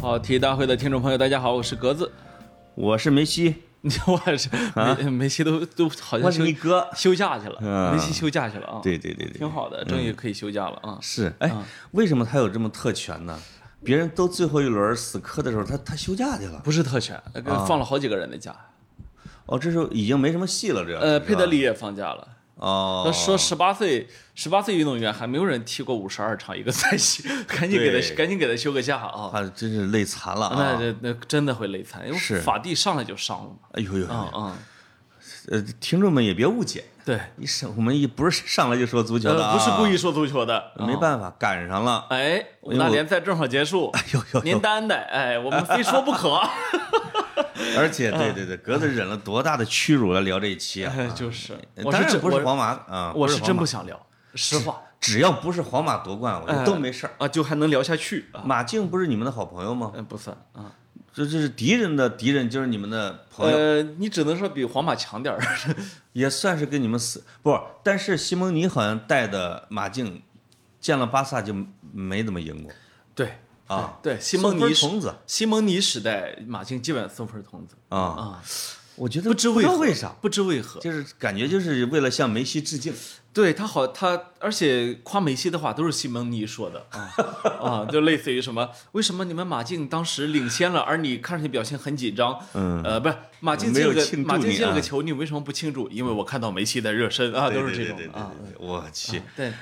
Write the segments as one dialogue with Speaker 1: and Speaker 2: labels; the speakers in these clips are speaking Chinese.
Speaker 1: 好，体育大会的听众朋友，大家好，我是格子。
Speaker 2: 我是梅西，
Speaker 1: 你我是梅梅西都都好像
Speaker 2: 我是
Speaker 1: 休
Speaker 2: 啊你哥。
Speaker 1: 休假去了，
Speaker 2: 嗯
Speaker 1: 梅西休假去了啊。
Speaker 2: 对对对对，
Speaker 1: 挺好的，终于可以休假了啊！
Speaker 2: 是，哎，为什么他有这么特权呢？别人都最后一轮死磕的时候，他他休假去了。
Speaker 1: 不是特权，呃
Speaker 2: 啊
Speaker 1: 放了好几个人的假。
Speaker 2: 哦，这时候已经没什么戏了，这样
Speaker 1: 呃，
Speaker 2: 是吧
Speaker 1: 佩德里也放假了。
Speaker 2: 哦，
Speaker 1: 说十八岁，十八岁运动员还没有人踢过五十二场一个赛季， 赶紧给他
Speaker 2: 对
Speaker 1: 赶紧给他休个假啊！
Speaker 2: 他真是累残了
Speaker 1: 那
Speaker 2: 啊！
Speaker 1: 这那真的会累残，因为
Speaker 2: 是
Speaker 1: 法蒂上来就上了嘛。
Speaker 2: 哎呦呦，
Speaker 1: 嗯
Speaker 2: 呃，
Speaker 1: 嗯，
Speaker 2: 听众们也别误解，
Speaker 1: 对，
Speaker 2: 你上我们也不是上来就说足球的
Speaker 1: 呃，
Speaker 2: 啊，呃
Speaker 1: 不是故意，说足球的，啊
Speaker 2: 没
Speaker 1: 法。
Speaker 2: 办法，赶上了。
Speaker 1: 哎，我们那联赛正好结束，
Speaker 2: 哎呦哎呦，
Speaker 1: 您担待，哎，我们非说不可。
Speaker 2: 而且
Speaker 1: 嗯
Speaker 2: 对对对，格子忍了多大的屈辱来聊这一期啊！
Speaker 1: 哎 就是，我
Speaker 2: 当
Speaker 1: 是
Speaker 2: 然
Speaker 1: 真
Speaker 2: 不是
Speaker 1: 我
Speaker 2: 皇马啊，
Speaker 1: 我
Speaker 2: 是
Speaker 1: 是真
Speaker 2: 皇
Speaker 1: 不
Speaker 2: 马，
Speaker 1: 想聊，实话
Speaker 2: 只要不是皇马夺冠，我觉得都没事儿。
Speaker 1: 啊，就还能聊下去啊。
Speaker 2: 马竞不是你们的好朋友吗？
Speaker 1: 嗯，不算啊，
Speaker 2: 这这是敌人的敌人，就是你们的朋友，
Speaker 1: 呃，你只能说比皇马强点儿。
Speaker 2: 也算是跟你们死不。但是西蒙尼好像带的马竞，见了巴萨就没怎么赢过
Speaker 1: 对
Speaker 2: 啊。
Speaker 1: 对，西蒙
Speaker 2: 送
Speaker 1: 尼
Speaker 2: 分
Speaker 1: 是
Speaker 2: 童子
Speaker 1: 西蒙尼时代，马竞基本上送分童子
Speaker 2: 啊，
Speaker 1: 啊，
Speaker 2: 我觉得
Speaker 1: 不知
Speaker 2: 不
Speaker 1: 为
Speaker 2: 知
Speaker 1: 何
Speaker 2: 道为啥，，
Speaker 1: 不知为何。
Speaker 2: 就是感觉就是为了向梅西致敬。
Speaker 1: 对他好，他而且夸梅西的话都是西蒙尼说的啊 啊，就类似于什么？为什么你们马竞当时领先了，而你看上去表现很紧张？
Speaker 2: 嗯
Speaker 1: 呃，不是马竞
Speaker 2: 没
Speaker 1: 进了
Speaker 2: 有
Speaker 1: 个
Speaker 2: 庆祝
Speaker 1: 马竞
Speaker 2: 你
Speaker 1: 进了个
Speaker 2: 啊
Speaker 1: 球，你为什么不庆祝？因为我看到梅西的热身啊，都是这
Speaker 2: 对
Speaker 1: 种
Speaker 2: 对对对
Speaker 1: 啊。
Speaker 2: 对对嗯我去，
Speaker 1: 对，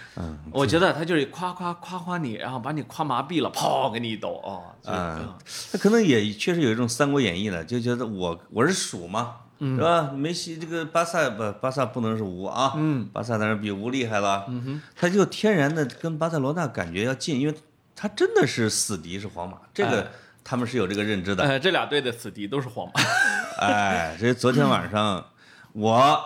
Speaker 1: 我觉得他就是夸夸夸夸你，然后把你夸麻痹了，砰给你一抖啊。就
Speaker 2: 嗯，他可能也确实有一种《三国演义》的，就觉得我我是蜀嘛，是吧？梅西这个巴萨不，巴萨不能是吴啊，嗯，巴萨当然比吴厉害了，嗯哼，他就天然的跟巴塞罗那感觉要近，因为他真的是死敌是皇马，这个他们是有这个认知 的。
Speaker 1: 呃，这俩队的死敌都是皇马。
Speaker 2: 哎，所以昨天晚上我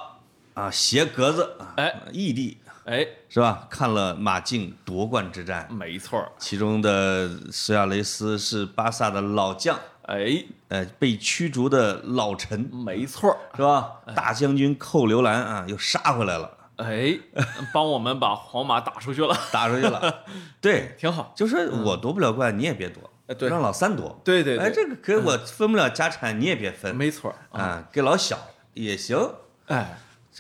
Speaker 2: 啊鞋格子啊
Speaker 1: 哎
Speaker 2: 异地
Speaker 1: 哎，
Speaker 2: 是吧？看了马竞夺冠之战，
Speaker 1: 没错儿，
Speaker 2: 其中的苏亚雷斯是巴萨的老将。
Speaker 1: 哎，
Speaker 2: 呃，被驱逐的老臣
Speaker 1: 没错儿，
Speaker 2: 是吧？大将军寇刘兰啊，又杀回来了，
Speaker 1: 哎，帮我们把皇马打出去了，
Speaker 2: 打出去 了。对，
Speaker 1: 挺好。
Speaker 2: 就说我夺不了冠，你也别夺
Speaker 1: 呃，嗯对
Speaker 2: 让老三夺。
Speaker 1: 对对对嗯
Speaker 2: 哎，这个给我分不了家产，你也别分
Speaker 1: 没错儿，
Speaker 2: 啊，给老小也行。
Speaker 1: 哎，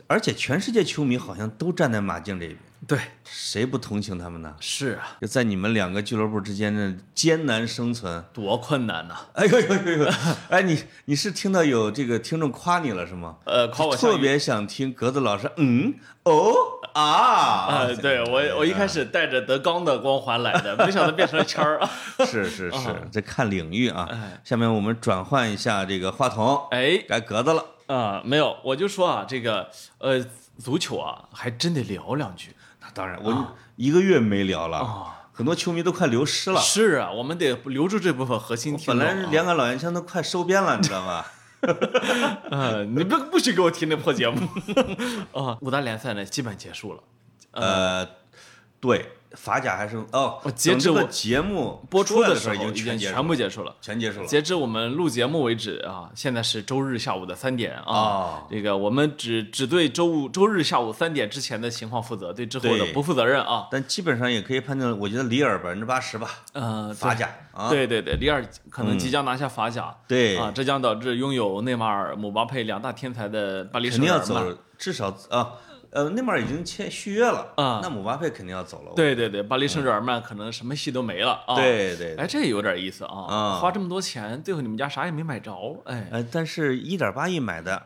Speaker 2: 而且全世界球迷好像都站在马竞这边，
Speaker 1: 对，
Speaker 2: 谁不同情他们呢？
Speaker 1: 是啊，
Speaker 2: 就在你们两个俱乐部之间的艰难生存。
Speaker 1: 多困难呐、
Speaker 2: 哎呦呦呦 呦！哎，你你是听到有这个听众夸你了是吗？
Speaker 1: 呃，夸我
Speaker 2: 特
Speaker 1: 像鱼。
Speaker 2: 别想听格子老师，嗯，哦啊，
Speaker 1: 呃，对我，我一开始带着德纲的光环来的，没想到变成了谦 儿啊！
Speaker 2: 是是是，这看领域啊。下面我们转换一下这个话筒，
Speaker 1: 哎，
Speaker 2: 该格子了。
Speaker 1: 啊、没有，我就说啊，这个呃，足球啊，还真得聊两句。
Speaker 2: 那当然，我一个月没聊了，很多球迷都快流失了。
Speaker 1: 哦是啊，我们得留住这部分核心听众
Speaker 2: 本
Speaker 1: 啊。
Speaker 2: 来两个老烟枪都快收编了，你知 道吗？
Speaker 1: 呃，你不不许给我听那破节目 啊！五大联赛呢，基本结束了。
Speaker 2: 呃，对，法甲还剩哦
Speaker 1: 我，截止
Speaker 2: 整个
Speaker 1: 我
Speaker 2: 节目
Speaker 1: 播
Speaker 2: 出
Speaker 1: 出
Speaker 2: 来
Speaker 1: 的
Speaker 2: 时候
Speaker 1: 已经
Speaker 2: 已经全结束
Speaker 1: 全部结束了。
Speaker 2: 全结束了。
Speaker 1: 截至我们录节目为止啊，现在是周日下午的三点啊。
Speaker 2: 哦
Speaker 1: 这个我们只只对周五周日下午三点之前的情况负责，对之后的
Speaker 2: 对
Speaker 1: 不负责任啊。
Speaker 2: 但基本上也可以判断，我觉得里尔百分之八十吧，
Speaker 1: 呃，
Speaker 2: 法甲啊，嗯
Speaker 1: 对对对，里尔可能即将拿下法甲，
Speaker 2: 对
Speaker 1: 啊，这将导致拥有内马尔、姆巴佩两大天才的巴黎
Speaker 2: 肯
Speaker 1: 圣
Speaker 2: 定
Speaker 1: 日耳
Speaker 2: 要
Speaker 1: 曼，
Speaker 2: 走，至少啊，呃，内马尔已经签续约了
Speaker 1: 啊
Speaker 2: 那姆巴佩肯定要走了。
Speaker 1: 对对对，巴黎圣日耳曼可能什么戏都没了啊。，
Speaker 2: 对对，
Speaker 1: 哎，这有点意思啊，
Speaker 2: 啊
Speaker 1: 花这么多钱，最后你们家啥也没买着，哎
Speaker 2: 呃，但是一点八亿买的，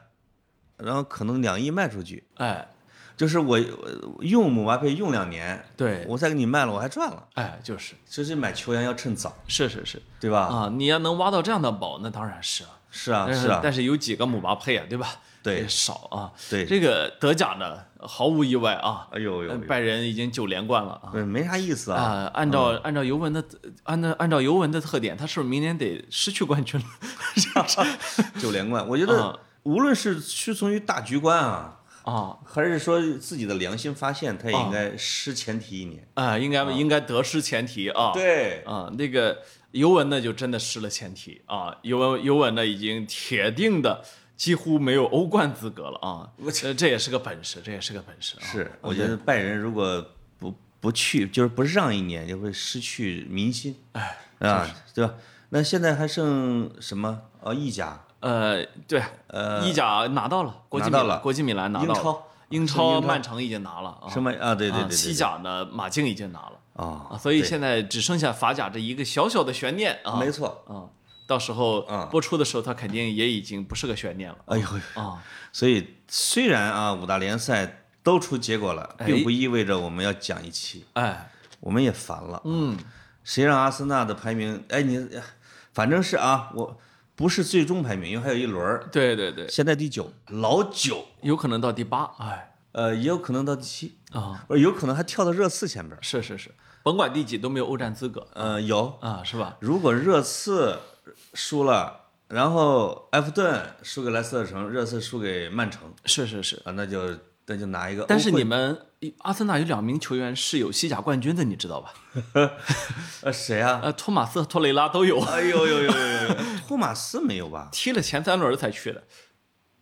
Speaker 2: 然后可能两亿卖出去，
Speaker 1: 哎，
Speaker 2: 就是我我用姆巴佩用两年，
Speaker 1: 对，
Speaker 2: 我再给你卖了，我还赚了。
Speaker 1: 哎，就是，
Speaker 2: 所以买球员要趁早，
Speaker 1: 是是是。
Speaker 2: 对吧？
Speaker 1: 啊，你要能挖到这样的宝，那当然是啊。
Speaker 2: 是啊，
Speaker 1: 但
Speaker 2: 是啊，
Speaker 1: 但是有几个姆巴佩啊，对吧？
Speaker 2: 对
Speaker 1: 也少啊。
Speaker 2: 对
Speaker 1: 这个德甲呢，毫无意外啊，
Speaker 2: 哎呦呦
Speaker 1: 呃
Speaker 2: 呦，
Speaker 1: 拜仁已经九连冠了啊。
Speaker 2: 对，没啥意思啊。
Speaker 1: 啊，按照按照尤文的按照按照尤文的特点，他是不是明年得失去冠军了？
Speaker 2: 九连冠，我觉得无论是屈从于大局观啊，
Speaker 1: 啊
Speaker 2: 还是说自己的良心发现，他也应该失前提一年。
Speaker 1: 啊，应该应该得失前提啊。
Speaker 2: 对，
Speaker 1: 啊，那个尤文呢就真的失了前提啊，尤文尤文呢已经铁定的几乎没有欧冠资格了啊。这这也是个本事，这也是个本事啊。
Speaker 2: 是，我觉得拜仁如果不不去，就是不让一年，就会失去民心。哎，啊，对吧？那现在还剩什么？呃，意甲、
Speaker 1: 呃，对，呃，意甲拿到了，国际
Speaker 2: 拿
Speaker 1: 米
Speaker 2: 到了
Speaker 1: 国际米兰拿到
Speaker 2: 英
Speaker 1: 了，
Speaker 2: 超、
Speaker 1: 英
Speaker 2: 英
Speaker 1: 超
Speaker 2: 超
Speaker 1: 曼城已经拿了啊，
Speaker 2: 什么啊？对对对
Speaker 1: 啊
Speaker 2: 对，
Speaker 1: 西甲呢，马竞已经拿了
Speaker 2: 啊
Speaker 1: 啊，所以
Speaker 2: 对
Speaker 1: 现在只剩下法甲这一个小小的悬念啊，
Speaker 2: 没错。
Speaker 1: 啊，到时候
Speaker 2: 啊
Speaker 1: 播出的时候，它肯定也已经不是个悬念了
Speaker 2: 哎呦，
Speaker 1: 啊。
Speaker 2: 所以虽然啊五大联赛都出结果了，
Speaker 1: 哎
Speaker 2: 并不意味着我们要讲一期，
Speaker 1: 哎，
Speaker 2: 我们也烦了。
Speaker 1: 嗯，
Speaker 2: 谁让阿森纳的排名？哎，你反正是啊，我不是最终排名，因为还有一轮儿，
Speaker 1: 对对对，
Speaker 2: 现在第九，老九，
Speaker 1: 有可能到第八，哎
Speaker 2: 呃，也有可能到第七，
Speaker 1: 啊，
Speaker 2: 不是有可能还跳到热刺前边儿。
Speaker 1: 是是是，甭管第几都没有欧战资格
Speaker 2: 呃，有，
Speaker 1: 啊，是吧？
Speaker 2: 如果热刺输了，然后埃弗顿输给莱斯特城，热刺输给曼城
Speaker 1: 是是是，
Speaker 2: 啊，那就那就拿一个欧会。
Speaker 1: 但是你们阿森纳有两名球员是有西甲冠军的，你知道吧？
Speaker 2: 呃谁啊？
Speaker 1: 呃，托马斯和托雷拉都有，
Speaker 2: 哎呦呦呦呦呦！呦，托马斯没有吧？
Speaker 1: 踢了前三轮才去的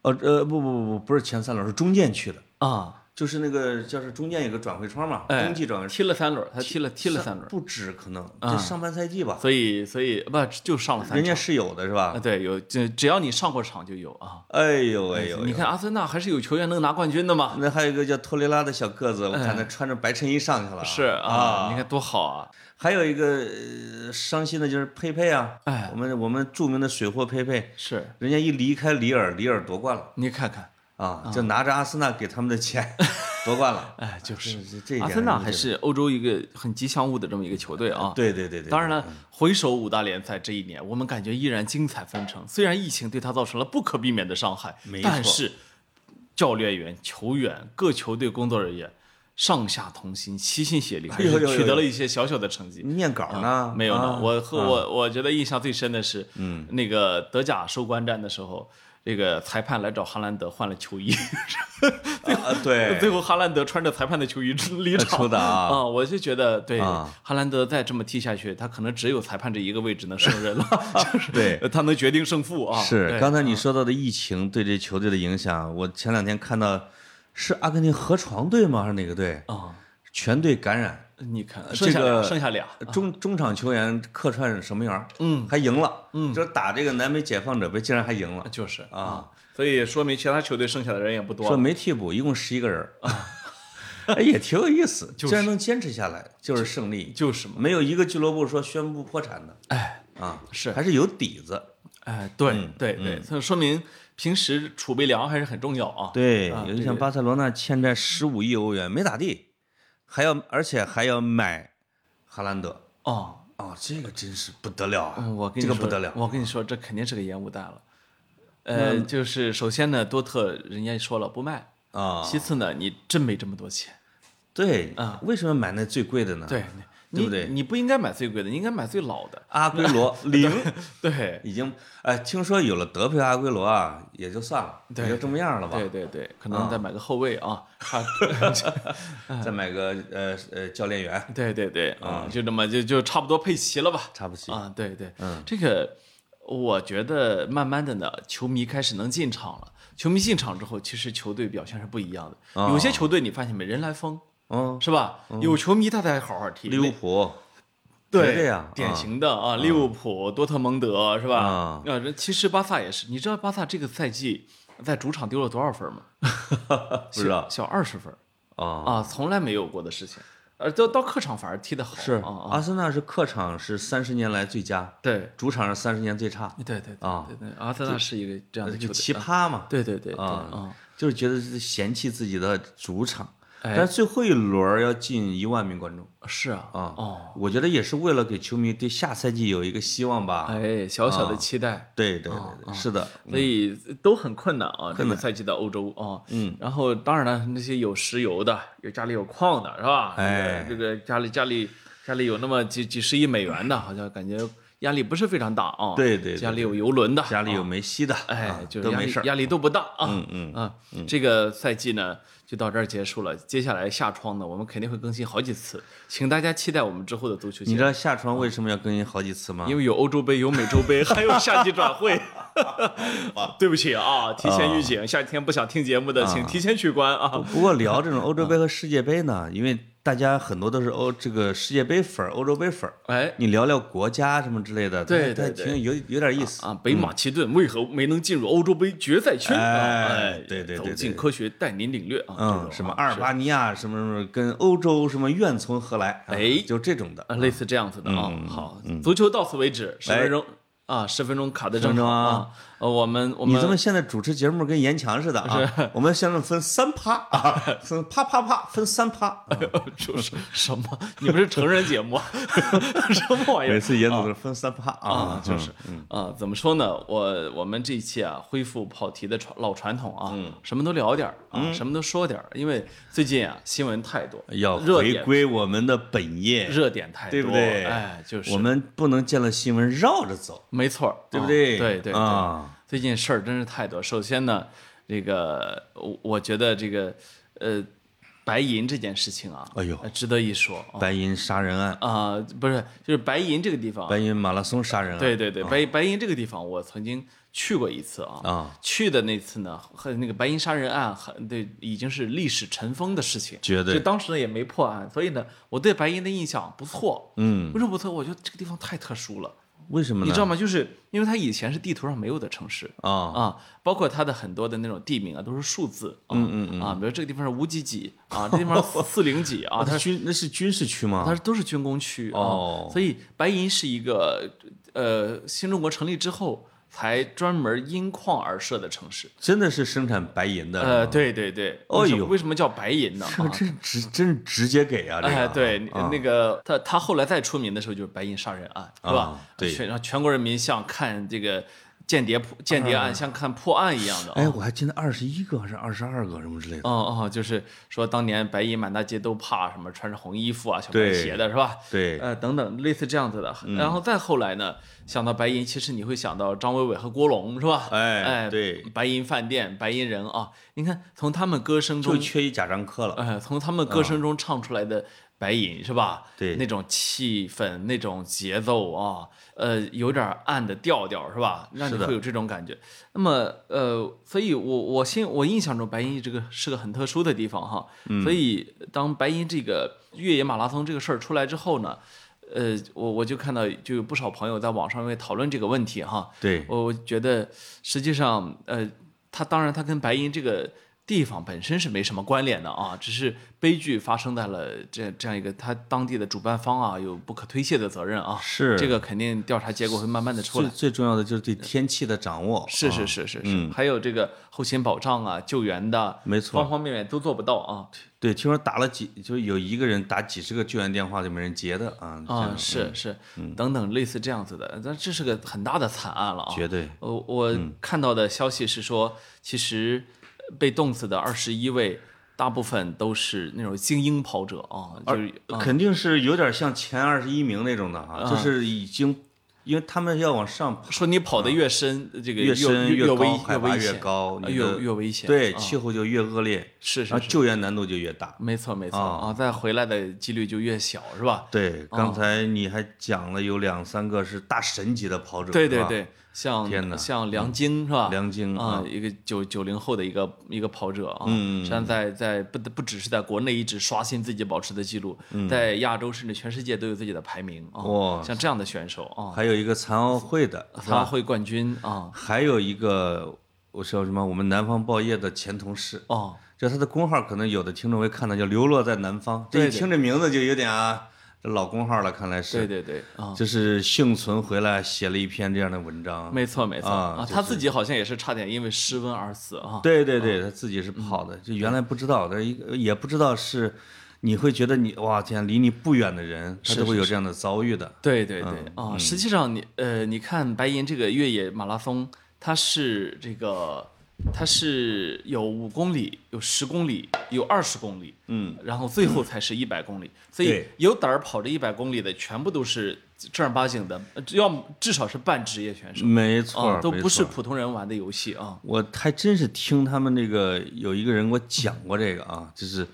Speaker 2: 哦呃不不不不不是前三轮，是中间去的，
Speaker 1: 啊，
Speaker 2: 就是那个叫是中间有个转会窗嘛，
Speaker 1: 哎
Speaker 2: 冬季转会窗
Speaker 1: 踢了三轮，他踢了踢了三轮，
Speaker 2: 不止可能，这上半赛季吧，
Speaker 1: 所以所以不就上了三
Speaker 2: 人
Speaker 1: 场
Speaker 2: 家是有的是
Speaker 1: 啊？
Speaker 2: 吧？
Speaker 1: 对，有只只要你上过场就有啊。
Speaker 2: 哎呦哎呦，
Speaker 1: 你看阿森纳还是有球员能拿冠军的嘛？
Speaker 2: 那还有一个叫托雷拉的小个子，我看他穿着白衬衣上去了啊，
Speaker 1: 哎是
Speaker 2: 啊
Speaker 1: 啊，，你看多好啊！
Speaker 2: 还有一个、呃伤心的就是佩佩啊，
Speaker 1: 哎
Speaker 2: 我们我们著名的水货佩佩，
Speaker 1: 是，
Speaker 2: 人家一离开里尔，里尔夺冠了
Speaker 1: 你看看，
Speaker 2: 啊，就拿着阿森纳给他们的钱 夺冠了。
Speaker 1: 哎，就是
Speaker 2: 这啊这一点
Speaker 1: 阿森纳
Speaker 2: 就
Speaker 1: 还是欧洲一个很吉祥物的这么一个球队啊。
Speaker 2: 对嗯对对对，
Speaker 1: 当然了，回首五大联赛这一年，我们感觉依然精彩纷呈。虽然疫情对他造成了不可避免的伤害
Speaker 2: 没，错
Speaker 1: 但是教练员、球员、各球队工作人员上下同心、齐心协力，还
Speaker 2: 哎呦
Speaker 1: 是
Speaker 2: 呦呦
Speaker 1: 取得了一些小小的成绩。
Speaker 2: 念稿呢
Speaker 1: 啊没有呢
Speaker 2: 啊，
Speaker 1: 我和我我觉得印象最深的是，嗯，那个德甲收官战的时候，这个裁判来找哈兰德换了球衣，
Speaker 2: 啊对
Speaker 1: 最后哈兰德穿着裁判的球衣离场
Speaker 2: 出的啊
Speaker 1: 啊，我就觉得对
Speaker 2: 啊
Speaker 1: 哈兰德再这么踢下去，他可能只有裁判这一个位置能胜 任了，就是
Speaker 2: 对
Speaker 1: 他能决定胜负啊。
Speaker 2: 是
Speaker 1: 对
Speaker 2: 刚才你说到的疫情对这球队的影响，我前两天看到是阿根廷河床队吗？还是哪个队？
Speaker 1: 啊，
Speaker 2: 全队感染，
Speaker 1: 你看
Speaker 2: 这
Speaker 1: 剩下俩
Speaker 2: 个
Speaker 1: 剩下俩，
Speaker 2: 中中场球员客串守门员，
Speaker 1: 嗯，
Speaker 2: 还赢了，嗯，就是打这个南美解放者杯，竟然还赢了。
Speaker 1: 就是
Speaker 2: 啊，
Speaker 1: 所以说明其他球队剩下的人也不多
Speaker 2: 说
Speaker 1: 了。
Speaker 2: 没替补，一共十一个人儿， 哎也挺有意 思，
Speaker 1: 就是
Speaker 2: 竟然能坚持下来，就是胜利，
Speaker 1: 就是嘛，
Speaker 2: 没有一个俱乐部说宣布破产的
Speaker 1: 哎
Speaker 2: 啊，
Speaker 1: 是
Speaker 2: 还是有底子，
Speaker 1: 哎，对
Speaker 2: 嗯
Speaker 1: 对对，所以说明平时储备粮还是很重要啊。
Speaker 2: 对，
Speaker 1: 啊
Speaker 2: 有
Speaker 1: 对
Speaker 2: 像
Speaker 1: 对
Speaker 2: 巴塞罗那欠债十五亿欧元没咋地，还要而且还要买哈兰德，
Speaker 1: 哦，
Speaker 2: 哦，这个真是不得了啊
Speaker 1: 嗯，我，跟你
Speaker 2: 这
Speaker 1: 说，
Speaker 2: 个不得了，
Speaker 1: 我跟你说，这肯定是个烟雾弹了。呃，就是首先呢，多特人家说了不卖，
Speaker 2: 啊，
Speaker 1: 其次呢，你真没这么多钱，
Speaker 2: 对
Speaker 1: 啊，
Speaker 2: 为什么买那最贵的呢？
Speaker 1: 对，你
Speaker 2: 嗯啊对不对
Speaker 1: 你不应该买最贵的，你应该买最老 的。
Speaker 2: 阿圭 罗零。
Speaker 1: 对，
Speaker 2: 已经哎，听说有了德佩阿圭罗啊，也就算了，也
Speaker 1: 对
Speaker 2: 就这么样了吧。
Speaker 1: 对对对，可能再买个后卫 啊，啊
Speaker 2: 再买个呃呃教练员，
Speaker 1: 对对对，啊，就这么就就差不多配齐了吧？
Speaker 2: 差不多。
Speaker 1: 啊，对对，嗯，这个我觉得慢慢的呢，球迷开始能进场了。球迷进场之后，其实球队表现是不一样的。
Speaker 2: 啊
Speaker 1: 有些球队你发现没，人来疯，
Speaker 2: 嗯，
Speaker 1: 是吧？有球迷他才好好踢。
Speaker 2: 利物浦
Speaker 1: 对
Speaker 2: 绝对啊
Speaker 1: 典型的啊，利物浦、多特蒙德是吧？
Speaker 2: 啊
Speaker 1: 啊，这其实巴萨也是。你知道巴萨这个赛季在主场丢了多少分吗？
Speaker 2: 不知道
Speaker 1: 小二十分
Speaker 2: 啊，
Speaker 1: 啊，从来没有过的事情。而到到客场反而踢得好，
Speaker 2: 是
Speaker 1: 啊，
Speaker 2: 阿森纳是客场是三十年来最佳，
Speaker 1: 对
Speaker 2: 主场是三十年最差，
Speaker 1: 对对对
Speaker 2: 啊
Speaker 1: 对对，阿森纳是一个这样的球
Speaker 2: 就
Speaker 1: 队，
Speaker 2: 奇葩嘛。
Speaker 1: 对啊对对对
Speaker 2: 啊
Speaker 1: 啊，
Speaker 2: 就是觉得是嫌弃自己的主场，
Speaker 1: 哎
Speaker 2: 但是最后一轮儿要进一万名观众
Speaker 1: 是啊
Speaker 2: 啊！
Speaker 1: 哦，
Speaker 2: 我觉得也是为了给球迷对下赛季有一个希望吧。
Speaker 1: 哎，啊小小
Speaker 2: 啊
Speaker 1: 的期待，
Speaker 2: 对对对对，是的，
Speaker 1: 所以都很困难啊，这个赛季的欧洲啊，嗯，然后当然了，那些有石油的，有家里有矿的，是吧？
Speaker 2: 哎
Speaker 1: 这个这个家里家里家里有那么几几十亿美元的，好像感觉压力不是非常大啊。
Speaker 2: 对对对
Speaker 1: 家里有游轮的，
Speaker 2: 家里有
Speaker 1: 啊，
Speaker 2: 梅西的，啊
Speaker 1: 哎，就是
Speaker 2: 都
Speaker 1: 压
Speaker 2: 没
Speaker 1: 力
Speaker 2: 事儿。
Speaker 1: 压力都不大啊。
Speaker 2: 嗯嗯
Speaker 1: 啊，这个赛季呢就到这儿结束了，接下来下窗呢，我们肯定会更新好几次，请大家期待我们之后的足球节
Speaker 2: 你
Speaker 1: 目
Speaker 2: 知。道下床为什么要更新好几次吗？
Speaker 1: 啊因为有欧洲杯，有美洲杯，还有夏季转 会。对不起啊，提前预警，夏天不想听节目的，请提前取关啊。
Speaker 2: 不过聊这种欧洲杯和世界杯呢，因为大家很多都是欧这个世界杯粉儿、欧洲杯粉儿，
Speaker 1: 哎
Speaker 2: 你聊聊国家什么之类的，
Speaker 1: 对
Speaker 2: 它它
Speaker 1: 对对
Speaker 2: 挺有有点意思。
Speaker 1: 啊，北马其顿为何没能进入欧洲杯决赛圈？啊
Speaker 2: 哎
Speaker 1: 哎，
Speaker 2: 对对对
Speaker 1: 走
Speaker 2: 对
Speaker 1: 进
Speaker 2: 对
Speaker 1: 科学带您领略啊，这种
Speaker 2: 嗯，
Speaker 1: 啊
Speaker 2: 什么阿尔
Speaker 1: 是
Speaker 2: 巴尼亚什么什么，跟欧洲什么愿从何来？啊
Speaker 1: 哎
Speaker 2: 就这种的。
Speaker 1: 啊，类似这样子的啊。
Speaker 2: 嗯
Speaker 1: 好，足球到此为止，十分钟啊，十分钟卡的正
Speaker 2: 十分
Speaker 1: 好
Speaker 2: 钟啊
Speaker 1: 啊。呃，我们我
Speaker 2: 你这么
Speaker 1: 们
Speaker 2: 现在主持节目跟严强似的啊？我们现在分三趴啊，分啪啪啪分三趴。啊
Speaker 1: 这是什么？你们是成人节目啊？ 什么玩意
Speaker 2: 每
Speaker 1: 儿？
Speaker 2: 次严总都是分三趴啊
Speaker 1: 哎啊，，就是啊，怎么说呢？我我们这一期啊，恢复跑题的传老传统啊，
Speaker 2: 嗯
Speaker 1: 什么都聊点儿啊，什么都说点儿，因为最近啊，新闻太多，
Speaker 2: 要
Speaker 1: 热
Speaker 2: 哎回
Speaker 1: 点
Speaker 2: 归我们的本业，
Speaker 1: 热点太多，
Speaker 2: 对不对？
Speaker 1: 哎，就是
Speaker 2: 我们不能见了新闻绕着走，
Speaker 1: 没错儿，
Speaker 2: 对不
Speaker 1: 啊对
Speaker 2: 对？
Speaker 1: 对对。
Speaker 2: 啊，
Speaker 1: 最近事儿真是太多。首先呢，这个我我觉得这个呃，白银这件事情啊，
Speaker 2: 哎呦
Speaker 1: 呃值得一说啊
Speaker 2: 白银杀人案，
Speaker 1: 啊、不是，就是白银这个地方啊，
Speaker 2: 白银马拉松杀人案，
Speaker 1: 对对对，白白银这个地方我曾经去过一次啊，
Speaker 2: 啊，
Speaker 1: 去的那次呢，和那个白银杀人案很对，已经是历史尘封的事情，
Speaker 2: 绝对
Speaker 1: 就当时呢也没破案，所以呢，我对白银的印象不错，
Speaker 2: 嗯，
Speaker 1: 为什么不错？我觉得这个地方太特殊了，
Speaker 2: 为什么呢？
Speaker 1: 你知道吗？就是因为它以前是地图上没有的城市，
Speaker 2: 啊？
Speaker 1: 啊，包括它的很多的那种地名啊，都是数字啊，嗯嗯啊，比如这个地方是五几几 啊，这地方是四零几啊，它是
Speaker 2: 它军那是军事区
Speaker 1: 它
Speaker 2: 吗？
Speaker 1: 是都是军工区啊，
Speaker 2: 哦
Speaker 1: 所以白银是一个呃新中国成立之后才专门因矿而设的城市。
Speaker 2: 真的是生产白银的，
Speaker 1: 呃，对对对，
Speaker 2: 哎
Speaker 1: 为什
Speaker 2: 呦
Speaker 1: 么为什么叫白银呢？
Speaker 2: 这
Speaker 1: 啊
Speaker 2: 这直真直接给啊！这个
Speaker 1: 哎，
Speaker 2: 啊
Speaker 1: 对，
Speaker 2: 啊
Speaker 1: 那个他他后来再出名的时候就是白银杀人案，是吧
Speaker 2: 啊？对
Speaker 1: 全让全国人民像看这个间谍破间谍案，像看破案一样的啊。
Speaker 2: 嗯哎，我还记得二十一个还是二十二个什么之类的，
Speaker 1: 哦哦，就是说当年白银满大街都怕什么，穿着红衣服啊、小白鞋的是吧？
Speaker 2: 对，嗯
Speaker 1: 呃，等等，类似这样子的。然后再后来呢，想到白银，其实你会想到张伟伟和郭龙是吧？
Speaker 2: 哎
Speaker 1: 哎，
Speaker 2: 对
Speaker 1: 白银饭店、白银人啊，你看从他们歌声
Speaker 2: 就
Speaker 1: 中，
Speaker 2: 缺一贾樟柯了。
Speaker 1: 呃，从他们歌声中唱出来的白银是吧？
Speaker 2: 啊对
Speaker 1: 那种气氛、那种节奏啊，呃，有点暗的调调是吧？让你
Speaker 2: 是的
Speaker 1: 会有这种感觉。那么，呃，所以我我心我印象中白银这个是个很特殊的地方哈。
Speaker 2: 嗯
Speaker 1: 所以当白银这个越野马拉松这个事儿出来之后呢，呃，我我就看到就有不少朋友在网上为讨论这个问题哈。
Speaker 2: 对，
Speaker 1: 我我觉得实际上，呃，它当然它跟白银这个地方本身是没什么关联的啊，只是悲剧发生在了这这样一个它当地的主办方啊有不可推卸的责任啊，
Speaker 2: 是
Speaker 1: 这个肯定调查结果会慢慢的出
Speaker 2: 最
Speaker 1: 来。
Speaker 2: 最重要的就是对天气的掌握。
Speaker 1: 是是是是是，还有这个后勤保障啊、救援的，
Speaker 2: 嗯没错
Speaker 1: 方方面面都做不到啊
Speaker 2: 对，听说打了几，就有一个人打几十个救援电话就没人接的啊
Speaker 1: 啊，是是，
Speaker 2: 嗯
Speaker 1: 等等类似这样子的，但这是个很大的惨案了啊，
Speaker 2: 绝对
Speaker 1: 呃，我
Speaker 2: 嗯
Speaker 1: 看到的消息是说，其实呃被冻死的二十一位，大部分都是那种精英跑者啊，就是
Speaker 2: 肯定是有点像前二十一名那种的啊，就是已经，因为他们要往上爬，
Speaker 1: 说你跑得越深，这个
Speaker 2: 啊越
Speaker 1: 越
Speaker 2: 深
Speaker 1: 越危
Speaker 2: 高，海拔
Speaker 1: 危
Speaker 2: 越
Speaker 1: 险，
Speaker 2: 高，
Speaker 1: 呃
Speaker 2: 你
Speaker 1: 越
Speaker 2: 的
Speaker 1: 越危险
Speaker 2: 对，
Speaker 1: 啊
Speaker 2: 气候就越恶劣，
Speaker 1: 是是
Speaker 2: 然后救援难度就越大。
Speaker 1: 没错没错
Speaker 2: 啊
Speaker 1: 啊，再回来的几率就越小，是吧？
Speaker 2: 对，刚才你还讲了有两三个是大神级的跑者，
Speaker 1: 对
Speaker 2: 是
Speaker 1: 对
Speaker 2: 吧，
Speaker 1: 对，
Speaker 2: 天
Speaker 1: 像
Speaker 2: 哪
Speaker 1: 像梁晶是吧？
Speaker 2: 梁晶
Speaker 1: 啊，一个九九零后的一个一个跑者啊，
Speaker 2: 嗯
Speaker 1: 实际上在在不不只是在国内一直刷新自己保持的记录，在亚洲甚至全世界都有自己的排名啊。
Speaker 2: 嗯哇
Speaker 1: 像这样的选手啊，
Speaker 2: 还有一个残奥会的，是吧
Speaker 1: 他会冠军啊，
Speaker 2: 还有一个我说什么，我们南方报业的前同事，
Speaker 1: 哦，
Speaker 2: 就他的工号，可能有的听众会看到叫“流落在南方”，这
Speaker 1: 对
Speaker 2: 一
Speaker 1: 对
Speaker 2: 听这名字就有点啊，这老工号了，看来
Speaker 1: 对
Speaker 2: 是，
Speaker 1: 对对啊。
Speaker 2: 就是幸存回来写了一篇这样的文章。
Speaker 1: 没错，没错
Speaker 2: 啊
Speaker 1: 啊，
Speaker 2: 就是
Speaker 1: 他自己好像也是差点因为失温而死啊。嗯
Speaker 2: 对对对，他自己是跑的，就原来不知道，但一个也不知道是，你会觉得你哇天，离你不远的人，他都会有这样的遭遇的。
Speaker 1: 对对对
Speaker 2: 嗯
Speaker 1: 啊，实际上你呃，你看白银这个越野马拉松，它是这个它是有五公里、有十公里、有二十公里，嗯，然后最后才是一百公里，所以
Speaker 2: 对
Speaker 1: 有胆儿跑这一百公里的，全部都是正儿八经的，呃要么至少是半职业选手，
Speaker 2: 没错
Speaker 1: 啊，
Speaker 2: 儿，
Speaker 1: 都
Speaker 2: 没
Speaker 1: 不是
Speaker 2: 错儿。
Speaker 1: 普通人玩的游戏啊。
Speaker 2: 我还真是听他们那个有一个人给我讲过这个啊，就是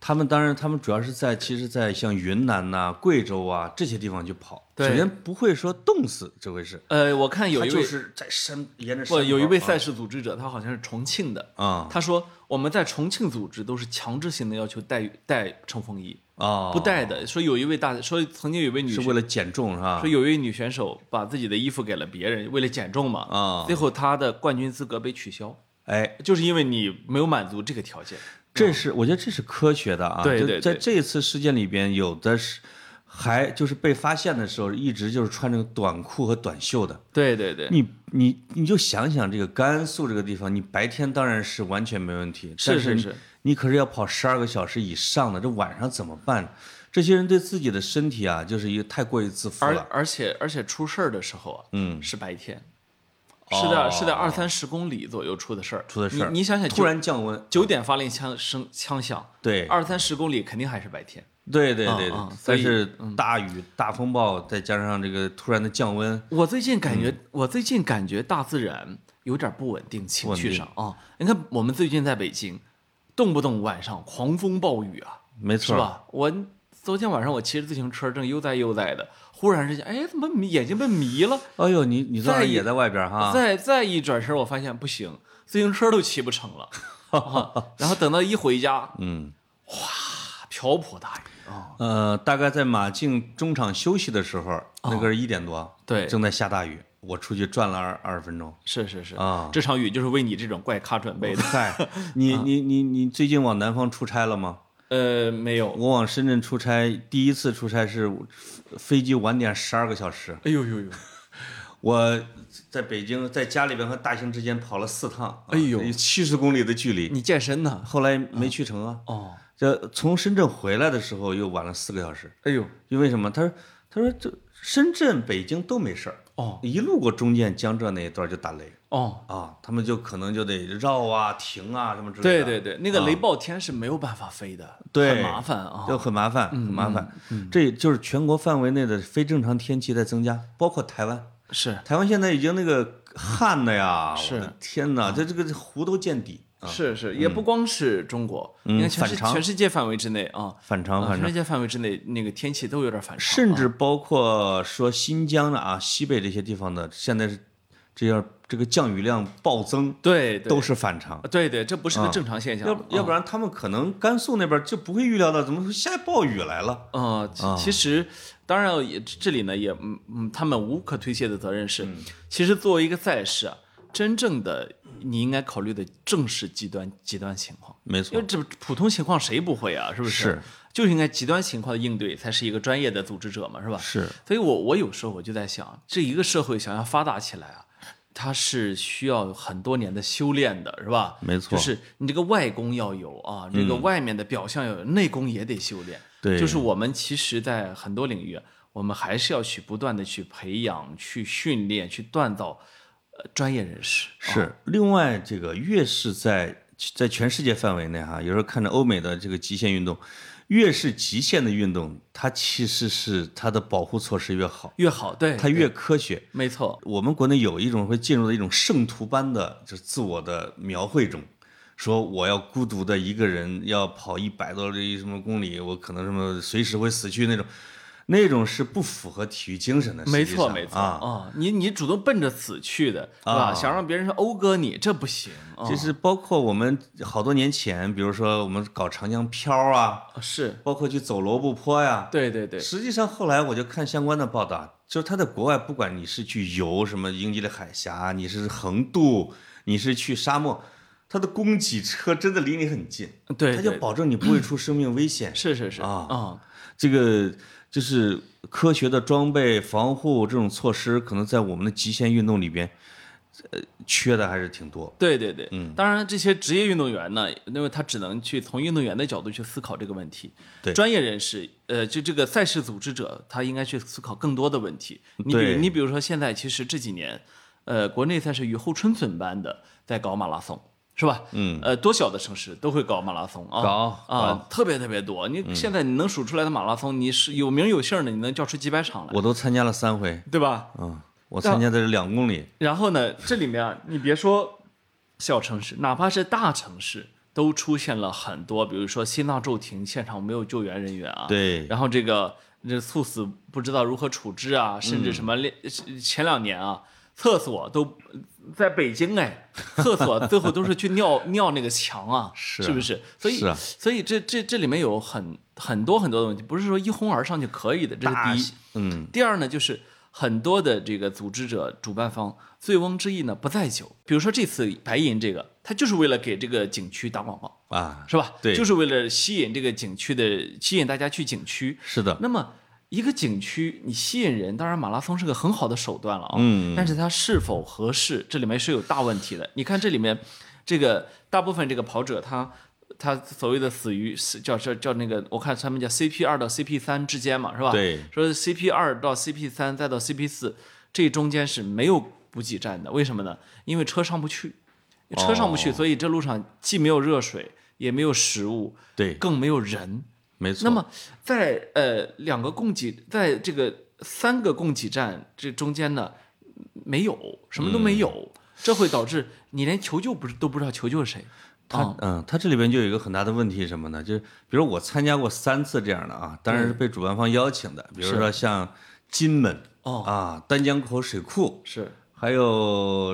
Speaker 2: 他们当然他们主要是在其实，在像云南呐、贵州啊这些地方去跑，
Speaker 1: 对
Speaker 2: 首先不会说冻死这回事，
Speaker 1: 呃，我看有
Speaker 2: 他
Speaker 1: 一
Speaker 2: 就
Speaker 1: 位
Speaker 2: 是在山沿着山
Speaker 1: 不
Speaker 2: 跑
Speaker 1: 有一位赛事组织者，他好像是重庆的，
Speaker 2: 啊
Speaker 1: 他说我们在重庆组织都是强制性的要求带带冲锋衣。
Speaker 2: 啊哦，
Speaker 1: 不带的。说有一位大，说曾经有一位女
Speaker 2: 是
Speaker 1: 生，
Speaker 2: 为了减重是吧
Speaker 1: 说？有一位女选手把自己的衣服给了别人，为了减重嘛，
Speaker 2: 啊
Speaker 1: 最后她的冠军资格被取消，
Speaker 2: 哎，
Speaker 1: 就是因为你没有满足这个条件。
Speaker 2: 这是我觉得这是科学的啊。
Speaker 1: 对
Speaker 2: 就
Speaker 1: 对
Speaker 2: 在
Speaker 1: 对
Speaker 2: 这次事件里边，有的是还就是被发现的时候，一直就是穿这个短裤和短袖的。
Speaker 1: 对对对，
Speaker 2: 你你你就想想这个甘肃这个地方，你白天当然是完全没问题，
Speaker 1: 是
Speaker 2: 但
Speaker 1: 是
Speaker 2: 你
Speaker 1: 是
Speaker 2: 你可是要跑十二个小时以上的，这晚上怎么办？这些人对自己的身体啊，就是一个太过于自负
Speaker 1: 而
Speaker 2: 了。
Speaker 1: 而且而且出事儿的时候啊，
Speaker 2: 嗯，
Speaker 1: 是白天，
Speaker 2: 哦
Speaker 1: 是在是在二三十公里左右出的事儿，
Speaker 2: 出的事儿
Speaker 1: 你你想想，
Speaker 2: 突然降温，
Speaker 1: 九点发令枪声枪响，
Speaker 2: 对
Speaker 1: 二三十公里肯定还是白天。
Speaker 2: 对对
Speaker 1: 啊
Speaker 2: 对对
Speaker 1: 啊，所
Speaker 2: 但
Speaker 1: 以
Speaker 2: 是大雨、大风暴，再加上这个突然的降温，
Speaker 1: 我最近感觉，我最近感觉大自然有点不稳定，情绪上啊、你看，我们最近在北京，动不动晚上狂风暴雨啊，
Speaker 2: 没
Speaker 1: 是
Speaker 2: 错，
Speaker 1: 吧？我昨天晚上我骑着自行车正悠哉悠哉的，忽然之间，哎，怎么迷眼睛被迷了？
Speaker 2: 哎呦，你你昨
Speaker 1: 再
Speaker 2: 晚
Speaker 1: 一
Speaker 2: 也在外边哈？
Speaker 1: 再再一转身，我发现不行，自行车都骑不成 了。啊然后等到一回家，
Speaker 2: 嗯，
Speaker 1: 啊瓢泼大雨啊、
Speaker 2: 呃，大概在马竞中场休息的时候，那个是一点多，
Speaker 1: 哦对
Speaker 2: 正在下大雨，我出去转了二二十分钟
Speaker 1: 是是啊是
Speaker 2: 啊
Speaker 1: 这场雨就是为你这种怪咖准备的。
Speaker 2: 嗨，你你你你最近往南方出差了吗？
Speaker 1: 呃，没有，
Speaker 2: 我往深圳出差，第一次出差是飞机晚点十二个小时，
Speaker 1: 哎呦呦呦，
Speaker 2: 我在北京在家里边和大兴之间跑了四趟，啊
Speaker 1: 哎呦
Speaker 2: 七十公里的距离，
Speaker 1: 你健身呢？
Speaker 2: 后来没去成啊。
Speaker 1: 哦，
Speaker 2: 这从深圳回来的时候又晚了四个小时，
Speaker 1: 哎呦，
Speaker 2: 因为什么？他说他说这深圳、北京都没事儿，
Speaker 1: 哦
Speaker 2: 一路过中间江浙那一段就打雷
Speaker 1: 哦，
Speaker 2: 啊，他们就可能就得绕啊、停啊什么之类
Speaker 1: 对
Speaker 2: 的。
Speaker 1: 对对，那个雷暴天是没有办法飞的，
Speaker 2: 对
Speaker 1: 很麻烦啊。
Speaker 2: 就很麻烦，很麻烦。
Speaker 1: 嗯
Speaker 2: 这就是全国范围内的非正常天气在增加，包括台湾。
Speaker 1: 是
Speaker 2: 台湾现在已经那个旱的呀，
Speaker 1: 是啊
Speaker 2: 我的天哪，这这个湖都见底啊！
Speaker 1: 是是，也不光是中国，你看全世
Speaker 2: 嗯反常
Speaker 1: 全世界范围之内啊，
Speaker 2: 反常
Speaker 1: 啊
Speaker 2: 反
Speaker 1: 全
Speaker 2: 常，
Speaker 1: 世界范围之内那个天气都有点反常，
Speaker 2: 甚至包括说新疆的啊、西北这些地方的，现在是这样这个降雨量暴增，
Speaker 1: 对对啊
Speaker 2: 都是反常。
Speaker 1: 对对，这不是个正常现象。
Speaker 2: 要不要不然他们可能甘肃那边就不会预料到，怎么会下暴雨来了？
Speaker 1: 呃，其
Speaker 2: 啊
Speaker 1: 其实当然也这里呢也嗯嗯，他们无可推卸的责任是，
Speaker 2: 嗯
Speaker 1: 其实作为一个赛事啊，真正的你应该考虑的正是极端极端情况。
Speaker 2: 没
Speaker 1: 因
Speaker 2: 错
Speaker 1: 为，这普通情况谁不会啊？是不是？
Speaker 2: 是
Speaker 1: 就是应该极端情况的应对才是一个专业的组织者嘛，是吧？
Speaker 2: 是
Speaker 1: 所以我我有时候我就在想，这一个社会想要发达起来啊，它是需要很多年的修炼的，是吧？
Speaker 2: 没错嗯
Speaker 1: 就是你这个外功要有啊，这个外面的表象要有，内功也得修炼。
Speaker 2: 对
Speaker 1: 就是我们其实，在很多领域，啊我们还是要去不断的去培养、去训练、去锻造，呃，专业人士。啊
Speaker 2: 是。另外，这个越是在在全世界范围内哈，有时候看着欧美的这个极限运动，越是极限的运动，它其实是它的保护措施越好，
Speaker 1: 越好，对，
Speaker 2: 它越科学。
Speaker 1: 没错，
Speaker 2: 我们国内有一种会进入的一种圣徒般的，就是自我的描绘中，说我要孤独的一个人要跑一百多里什么公里，我可能什么随时会死去那种，那种是不符合体育精神的。
Speaker 1: 没
Speaker 2: 实际上
Speaker 1: 错，没错嗯
Speaker 2: 啊，
Speaker 1: 你你主动奔着死去的，是吧？想让别人说讴歌你，这不行啊！
Speaker 2: 就是包括我们好多年前，比如说我们搞长江漂啊，
Speaker 1: 是，
Speaker 2: 包括去走罗布泊呀、
Speaker 1: 对对对，
Speaker 2: 实际上，后来我就看相关的报道，就是他在国外，不管你是去游什么英吉利海峡，你是横渡，你是去沙漠，他的供给车真的离你很近，
Speaker 1: 对，
Speaker 2: 他就
Speaker 1: 对
Speaker 2: 保证你不会出生命危险。
Speaker 1: 是是是
Speaker 2: 啊
Speaker 1: 啊，
Speaker 2: 这个就是科学的装备、防护这种措施，可能在我们的极限运动里边，呃，缺的还是挺多。
Speaker 1: 对对对，嗯，当然这些职业运动员呢，因为他只能去从运动员的角度去思考这个问题，
Speaker 2: 对
Speaker 1: 专业人士，呃，就这个赛事组织者，他应该去思考更多的问题。你比
Speaker 2: 对
Speaker 1: 你比如说现在其实这几年，呃，国内赛事雨后春笋般的在搞马拉松。是吧？嗯，呃，多小的城市都会搞马拉松啊，
Speaker 2: 搞嗯
Speaker 1: 啊，特别特别多。你现在你能数出来的马拉松，你是有名有姓的，你能叫出几百场来，
Speaker 2: 我都参加了三回，
Speaker 1: 对吧？
Speaker 2: 嗯，我参加的是两公里，
Speaker 1: 然后呢，这里面啊，你别说小城市，哪怕是大城市，都出现了很多，比如说心脏骤停，现场没有救援人员啊，，
Speaker 2: 对，
Speaker 1: 然后这个这猝死不知道如何处置啊，甚至什么、嗯、前两年啊，厕所都在北京 哎，厕所最后都是去尿 尿那个墙啊，
Speaker 2: 是啊
Speaker 1: 不是？所以、
Speaker 2: 是啊
Speaker 1: 所以这这这里面有很很多很多的问题，不是说一哄而上就可以的，这是
Speaker 2: 大
Speaker 1: 第一
Speaker 2: 型。嗯，
Speaker 1: 第二呢，就是很多的这个组织者、主办方醉翁之意呢不在酒，比如说这次白银这个，它就是为了给这个景区打广告，
Speaker 2: 啊，
Speaker 1: 是吧？
Speaker 2: 对
Speaker 1: 就是为了吸引这个景区的，吸引大家去景区。
Speaker 2: 是的，
Speaker 1: 那么一个景区你吸引人，当然马拉松是个很好的手段了啊、
Speaker 2: 嗯
Speaker 1: 但是它是否合适，这里面是有大问题的。你看这里面，这个大部分这个跑者他。他所谓的死于死叫叫叫那个，我看他们叫 CP 二到 CP 三之间嘛，是吧？
Speaker 2: 对
Speaker 1: 说 CP 二到 CP 三再到 CP 四，这中间是没有补给站的，为什么呢？因为车上不去，车上不去，
Speaker 2: 哦
Speaker 1: 所以这路上既没有热水，也没有食物，
Speaker 2: 对，
Speaker 1: 更没有人。
Speaker 2: 没错。
Speaker 1: 那么在呃两个供给，在这个三个供给站这中间呢，没有什么都没有，这会导致你连求救不是都不知道求救谁。哦
Speaker 2: 他嗯，他这里边就有一个很大的问题是什么呢？就是比如我参加过三次这样的啊，当然是被主办方邀请的，比如说像金门
Speaker 1: 哦
Speaker 2: 啊、丹江口水库，
Speaker 1: 是
Speaker 2: 还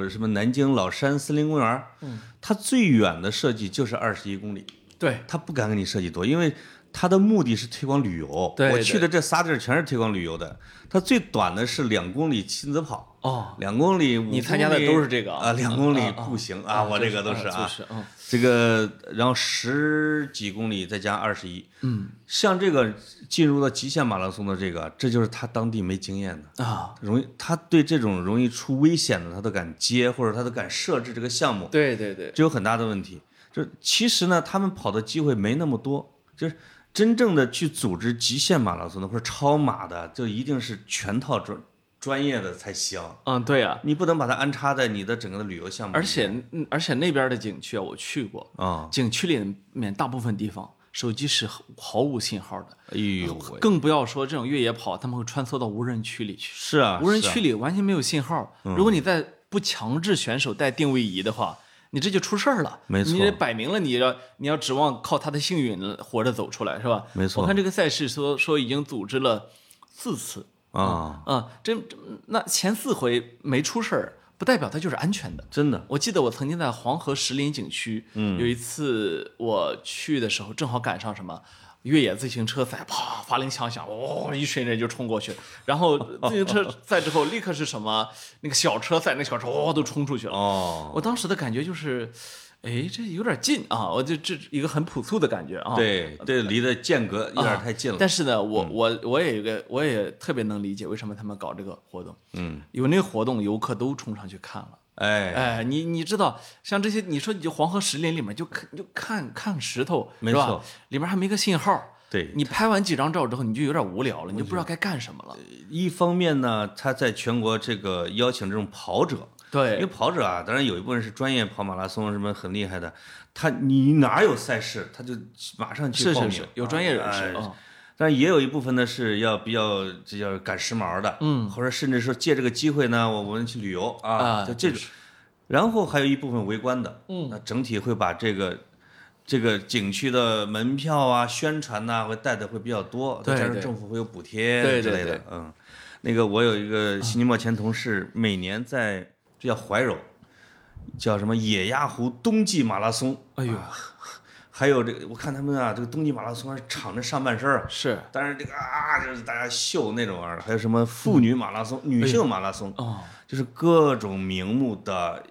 Speaker 2: 有什么南京老山森林公园，嗯，它最远的设计就是二十一公里，
Speaker 1: 对
Speaker 2: 他不敢给你设计多，因为他的目的是推广旅游。
Speaker 1: 对
Speaker 2: 我
Speaker 1: 对
Speaker 2: 去的这仨地儿全是推广旅游的，他最短的是两公里亲子跑。
Speaker 1: 哦，
Speaker 2: 两公里，五
Speaker 1: 你参加的
Speaker 2: 公里
Speaker 1: 都是这个啊
Speaker 2: 啊，两公里
Speaker 1: 啊啊
Speaker 2: 步行啊，我这个都是
Speaker 1: 是
Speaker 2: 啊，
Speaker 1: 就是嗯
Speaker 2: 这个然后十几公里再加二十一，嗯，像这个进入到极限马拉松的这个，这就是他当地没经验的，
Speaker 1: 啊，
Speaker 2: 容易他对这种容易出危险的他都敢接，或者他都敢设置这个项目，
Speaker 1: 对对对，
Speaker 2: 这有很大的问题。就其实呢，他们跑的机会没那么多，就是真正的去组织极限马拉松的或者超马的，就一定是全套专专业的才行。
Speaker 1: 嗯对啊，
Speaker 2: 你不能把它安插在你的整个的旅游项目里。
Speaker 1: 而且嗯而且那边的景区啊，我去过，
Speaker 2: 啊，
Speaker 1: 景区里面大部分地方手机是毫无信号的，
Speaker 2: 哎呦喂，
Speaker 1: 更不要说这种越野跑，他们会穿梭到无人区里去。
Speaker 2: 是啊，
Speaker 1: 无人
Speaker 2: 是啊嗯
Speaker 1: 区里完全没有信号。如果你在不强制选手带定位仪的话，你这就出事儿了。
Speaker 2: 没错
Speaker 1: 你这摆明了你要你要指望靠他的幸运活着走出来是吧？
Speaker 2: 没错
Speaker 1: 我看这个赛事说说已经组织了四次
Speaker 2: 啊，
Speaker 1: 啊、真这那前四回没出事儿，不代表它就是安全的。
Speaker 2: 真的，
Speaker 1: 我记得我曾经在黄河石林景区，嗯，有一次我去的时候，正好赶上什么越野自行车赛，啪，发令枪响，哦，一群人就冲过去，然后自行 车赛之后立刻是什么那个小车赛，那小车哦都冲出去了。
Speaker 2: 哦，
Speaker 1: 我当时的感觉就是，哎，这有点近啊，我就这一个很朴素的感觉啊。。
Speaker 2: 对嗯对，离的间隔有点太近了。
Speaker 1: 但是呢，我我我也有一个，我也特别能理解为什么他们搞这个活动，
Speaker 2: 嗯，
Speaker 1: 因为那个活动游客都冲上去看了。
Speaker 2: 哎，
Speaker 1: 哎，你你知道，像这些，你说你就黄河石林里面就看就看看石头，
Speaker 2: 没
Speaker 1: 是吧
Speaker 2: 错，
Speaker 1: 里面还没个信号。
Speaker 2: 对，
Speaker 1: 你拍完几张照之后，你就有点无聊了，你就不知道该干什么了。
Speaker 2: 一方面呢，他在全国这个邀请这种跑者，因为
Speaker 1: 对，
Speaker 2: 跑者啊，当然有一部分是专业跑马拉松，什么很厉害的，他你哪有赛事，他就马上去
Speaker 1: 是
Speaker 2: 报
Speaker 1: 是
Speaker 2: 名，
Speaker 1: 是，有专业人士
Speaker 2: 哎
Speaker 1: 啊，
Speaker 2: 但也有一部分呢是要比较这叫赶时髦的，嗯，或者甚至说借这个机会呢，我们去旅游啊，
Speaker 1: 啊
Speaker 2: 就这种。然后还有一部分围观的，嗯，那整体会把这个这个景区的门票啊、宣传呐、会带的会比较多，
Speaker 1: 对
Speaker 2: 再加上
Speaker 1: 对
Speaker 2: 政府会有补贴
Speaker 1: 对
Speaker 2: 之
Speaker 1: 对
Speaker 2: 类的
Speaker 1: 对，
Speaker 2: 嗯。那个我有一个新津报前同事，每年在这叫怀柔，叫什么野鸭湖冬季马拉松，
Speaker 1: 哎呦，
Speaker 2: 还有这个我看他们啊，这个冬季马拉松还敞着上半身儿啊，
Speaker 1: 是
Speaker 2: 但是这个啊，就是大家秀那种玩意儿，还有什么妇女马拉松、女性马拉松，
Speaker 1: 嗯哦，
Speaker 2: 就是各种名目的，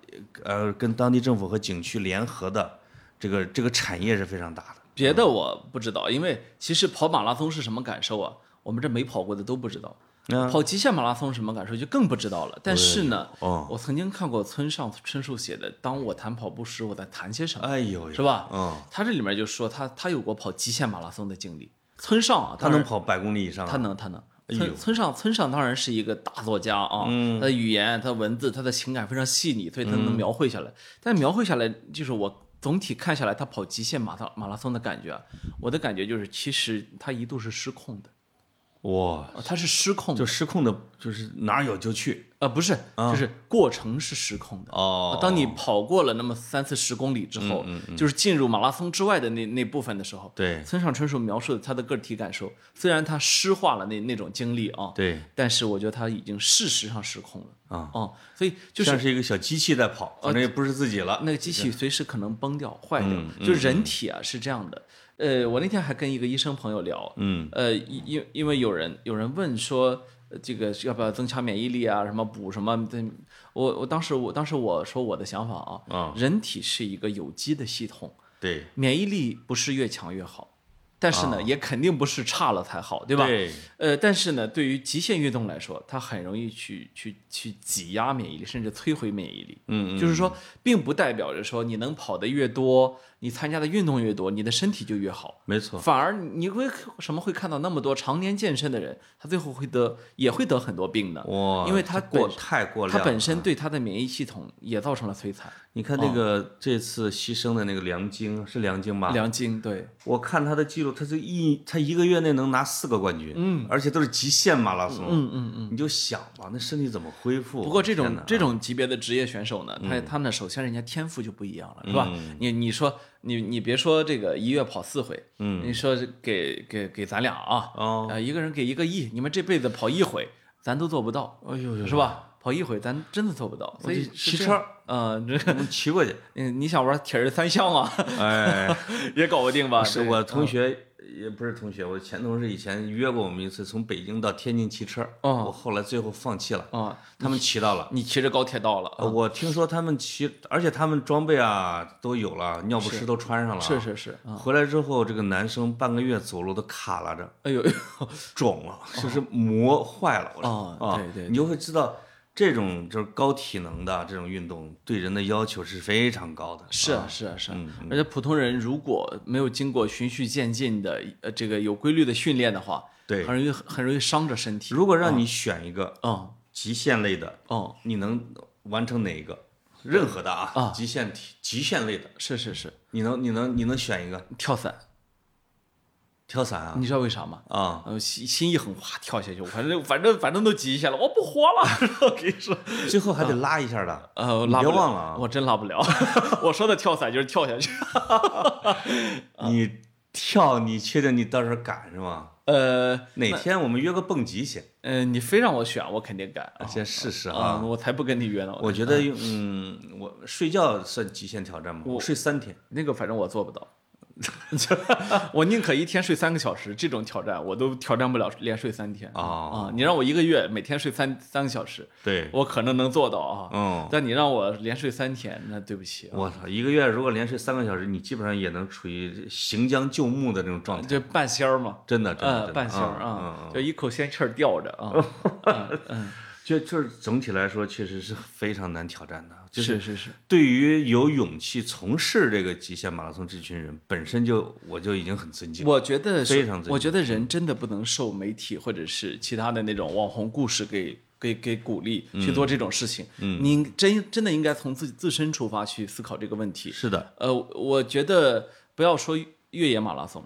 Speaker 2: 呃，跟当地政府和景区联合的，这个这个产业是非常大的。
Speaker 1: 别的我不知道，因为其实跑马拉松是什么感受啊，我们这没跑过的都不知道。
Speaker 2: 嗯
Speaker 1: 跑极限马拉松什么感受就更不知道了。但是呢，
Speaker 2: 哦，
Speaker 1: 我曾经看过村上春树写的《当我谈跑步时，我在谈些什么》，
Speaker 2: 哎呦，
Speaker 1: 是？吧？
Speaker 2: 嗯，
Speaker 1: 他这里面就说他他有过跑极限马拉松的经历。村上啊，
Speaker 2: 他
Speaker 1: 当
Speaker 2: 能
Speaker 1: 然
Speaker 2: 跑百公里以上啊，
Speaker 1: 他能他能。
Speaker 2: 呦
Speaker 1: 村村上村上当然是一个大作家啊，他的语言、他的文字、他的情感非常细腻，所以他能描绘下来。但描绘下来，就是我总体看下来，他跑极限马拉马拉松的感觉啊，我的感觉就是，其实他一度是失控的，
Speaker 2: 哇，
Speaker 1: 它是失控的
Speaker 2: 就失控的，就是哪儿有就去
Speaker 1: 呃，不是，就是过程是失控的。
Speaker 2: 哦。
Speaker 1: 当你跑过了那么三四十公里之后，就是进入马拉松之外的那那部分的时候，
Speaker 2: 对
Speaker 1: 村上春树描述的他的个体感受，虽然他诗化了那那种经历啊，
Speaker 2: 对，
Speaker 1: 但是我觉得他已经事实上失控了
Speaker 2: 啊
Speaker 1: 哦，所以就呃
Speaker 2: 就是像是一个小机器在跑，反正也不是自己了。
Speaker 1: 那个机器随时可能崩掉、坏掉。
Speaker 2: 嗯
Speaker 1: 就人体啊是这样的，呃，我那天还跟一个医生朋友聊，
Speaker 2: 嗯，
Speaker 1: 呃，因因因为有人有人问说。呃这个要不要增强免疫力啊？什么补什么？对，我我当时我当时我说我的想法啊，
Speaker 2: 啊
Speaker 1: 人体是一个有机的系统，
Speaker 2: 对，
Speaker 1: 免疫力不是越强越好，但是呢，也肯定不是差了才好，对吧？
Speaker 2: 啊对，
Speaker 1: 呃，但是呢，对于极限运动来说，它很容易去去去挤压免疫力，甚至摧毁免疫力。
Speaker 2: 嗯
Speaker 1: 就是说，并不代表着说你能跑得越多，你参加的运动越多，你的身体就越好。
Speaker 2: 没错，
Speaker 1: 反而你为什么会看到那么多常年健身的人，他最后会得也会得很多病呢？
Speaker 2: 哇，
Speaker 1: 因为它
Speaker 2: 这过
Speaker 1: 本
Speaker 2: 太过量啊
Speaker 1: 他
Speaker 2: 了，
Speaker 1: 本身对他的免疫系统也造成了摧残。
Speaker 2: 你看那个、这次牺牲的那个梁晶是梁晶吧？
Speaker 1: 梁晶对，
Speaker 2: 我看他的记录，他这一他一个月内能拿四个冠军，嗯，而且都是极限马拉松，嗯嗯嗯，你就想吧，那身体怎么恢复？
Speaker 1: 不过这
Speaker 2: 天
Speaker 1: 种
Speaker 2: 哪啊嗯
Speaker 1: 这种级别的职业选手呢，他他呢，首先人家天赋就不一样了，是吧？你你说你你别说这个一月跑四回，嗯，你说这给给给咱俩啊，
Speaker 2: 哦
Speaker 1: 呃，一个人给一个亿，你们这辈子跑一回，咱都做不到，
Speaker 2: 哎呦呦，
Speaker 1: 是吧？跑一回咱真的做不到，所以
Speaker 2: 就是骑
Speaker 1: 这样
Speaker 2: 车，
Speaker 1: 呃，这
Speaker 2: 我们骑过去，
Speaker 1: 嗯，你想玩铁人三项吗？
Speaker 2: 哎，
Speaker 1: 也搞不定吧？
Speaker 2: 是
Speaker 1: 对嗯
Speaker 2: 我同学。也不是同学，我前同事以前约过我们一次，从北京到天津骑车，
Speaker 1: 哦
Speaker 2: 我后来最后放弃了，
Speaker 1: 啊，
Speaker 2: 他们骑到了，
Speaker 1: 你骑着高铁到了啊，
Speaker 2: 我听说他们骑，而且他们装备啊都有了，尿不湿都穿上了啊，
Speaker 1: 是是是啊，
Speaker 2: 回来之后，这个男生半个月走路都卡拉着，
Speaker 1: 哎呦，
Speaker 2: 肿了，就是磨坏了。我说
Speaker 1: 哦
Speaker 2: 啊，
Speaker 1: 对对对
Speaker 2: 你就会知道这种就是高体能的这种运动对人的要求是非常高的。
Speaker 1: 是
Speaker 2: 啊
Speaker 1: 啊，是啊，是啊。而且普通人如果没有经过循序渐进的呃这个有规律的训练的话，
Speaker 2: 对
Speaker 1: 很容易很容易伤着身体。
Speaker 2: 如果让你选一个
Speaker 1: 嗯
Speaker 2: 极限类的，
Speaker 1: 嗯，
Speaker 2: 你能完成哪一个？任何的啊，极限体极限类的，
Speaker 1: 是是是，
Speaker 2: 你能你能你能选一个
Speaker 1: 跳伞，
Speaker 2: 跳伞啊
Speaker 1: 你知道为啥吗？
Speaker 2: 啊！
Speaker 1: 呃，心心一狠，哗跳下去，我反正反正反正都极限了，我不活了， 我跟你说，
Speaker 2: 最后还得拉一下的。
Speaker 1: 呃，
Speaker 2: 你
Speaker 1: 拉
Speaker 2: 别
Speaker 1: 不了
Speaker 2: 忘了啊
Speaker 1: 我真拉不了。 我说的跳伞就是跳下去， 啊
Speaker 2: 你跳，你确定你到时候敢是吗？
Speaker 1: 呃
Speaker 2: 哪天我们约个蹦极去，
Speaker 1: 呃，你非让我选，我肯定敢啊
Speaker 2: 先试试啊
Speaker 1: 啊！。我才不跟你约呢，
Speaker 2: 我觉得，嗯，我睡觉算极限挑战吗？我睡三天，
Speaker 1: 那个反正我做不到， 我宁可一天睡三个小时，这种挑战我都挑战不了，连睡三天
Speaker 2: 哦
Speaker 1: 啊！你让我一个月每天睡三三个小时，
Speaker 2: 对，
Speaker 1: 我可能能做到啊，
Speaker 2: 嗯，
Speaker 1: 但你让我连睡三天，那对不起啊，
Speaker 2: 我操，一个月如果连睡三个小时，你基本上也能处于行将就木的那种状态，
Speaker 1: 就半仙儿嘛，
Speaker 2: 真的，真的，
Speaker 1: 嗯，
Speaker 2: 真的
Speaker 1: 半仙儿
Speaker 2: 嗯哦
Speaker 1: 啊
Speaker 2: 嗯，
Speaker 1: 就一口仙气儿吊着啊，嗯嗯，
Speaker 2: 就就是总体来说，确实是非常难挑战的。就是
Speaker 1: 是是，
Speaker 2: 对于有勇气从事这个极限马拉松这群人，本身就我就已经很尊敬了。
Speaker 1: 我觉得是
Speaker 2: 非常嗯尊
Speaker 1: 我觉得人真的不能受媒体或者是其他的那种网红故事给给给鼓励去做这种事情。嗯，你真真的应该从自己自身出发去思考这个问题。
Speaker 2: 是的，
Speaker 1: 呃，我觉得不要说越野马拉松，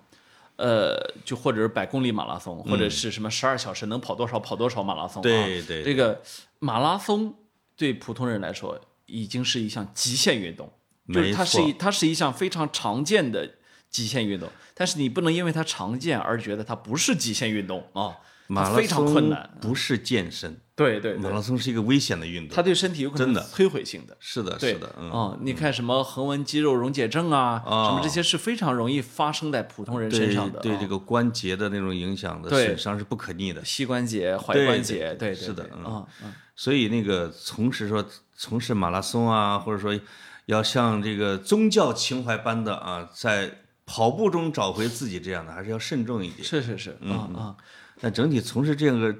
Speaker 1: 呃，就或者是百公里马拉松，或者是什么十二小时能跑多少跑多少马拉松、啊。
Speaker 2: 嗯对对
Speaker 1: 这个马拉松对普通人来说已经是一项极限运动，就是它
Speaker 2: 没
Speaker 1: 是
Speaker 2: 错
Speaker 1: 一它是一项非常常见的极限运动，但是你不能因为它常见而觉得它不是极限运动啊，
Speaker 2: 马
Speaker 1: 它
Speaker 2: 拉
Speaker 1: 非常困
Speaker 2: 松
Speaker 1: 难。
Speaker 2: 不是健身，
Speaker 1: 对对
Speaker 2: 马
Speaker 1: 对，
Speaker 2: 拉松是一个危险的运动。
Speaker 1: 它对身体有可能
Speaker 2: 真的
Speaker 1: 摧毁性的。
Speaker 2: 是的，
Speaker 1: 对
Speaker 2: 是的，嗯，
Speaker 1: 啊你看什么横纹肌肉溶解症啊，
Speaker 2: 哦
Speaker 1: 什么这些是非常容易发生在普通人身上的，啊
Speaker 2: 对对这
Speaker 1: 个
Speaker 2: 个关节的那种影响的
Speaker 1: 对
Speaker 2: 损伤是不可逆的。
Speaker 1: 膝关节、踝
Speaker 2: 对
Speaker 1: 关
Speaker 2: 对
Speaker 1: 节，对对
Speaker 2: 是的
Speaker 1: 对
Speaker 2: 嗯
Speaker 1: 啊啊
Speaker 2: 所以那个从事说从事马拉松啊，或者说要像这个宗教情怀般的啊，在跑步中找回自己这样的，还是要慎重一点。
Speaker 1: 是是是
Speaker 2: 嗯
Speaker 1: 啊啊，
Speaker 2: 但整体从事这样个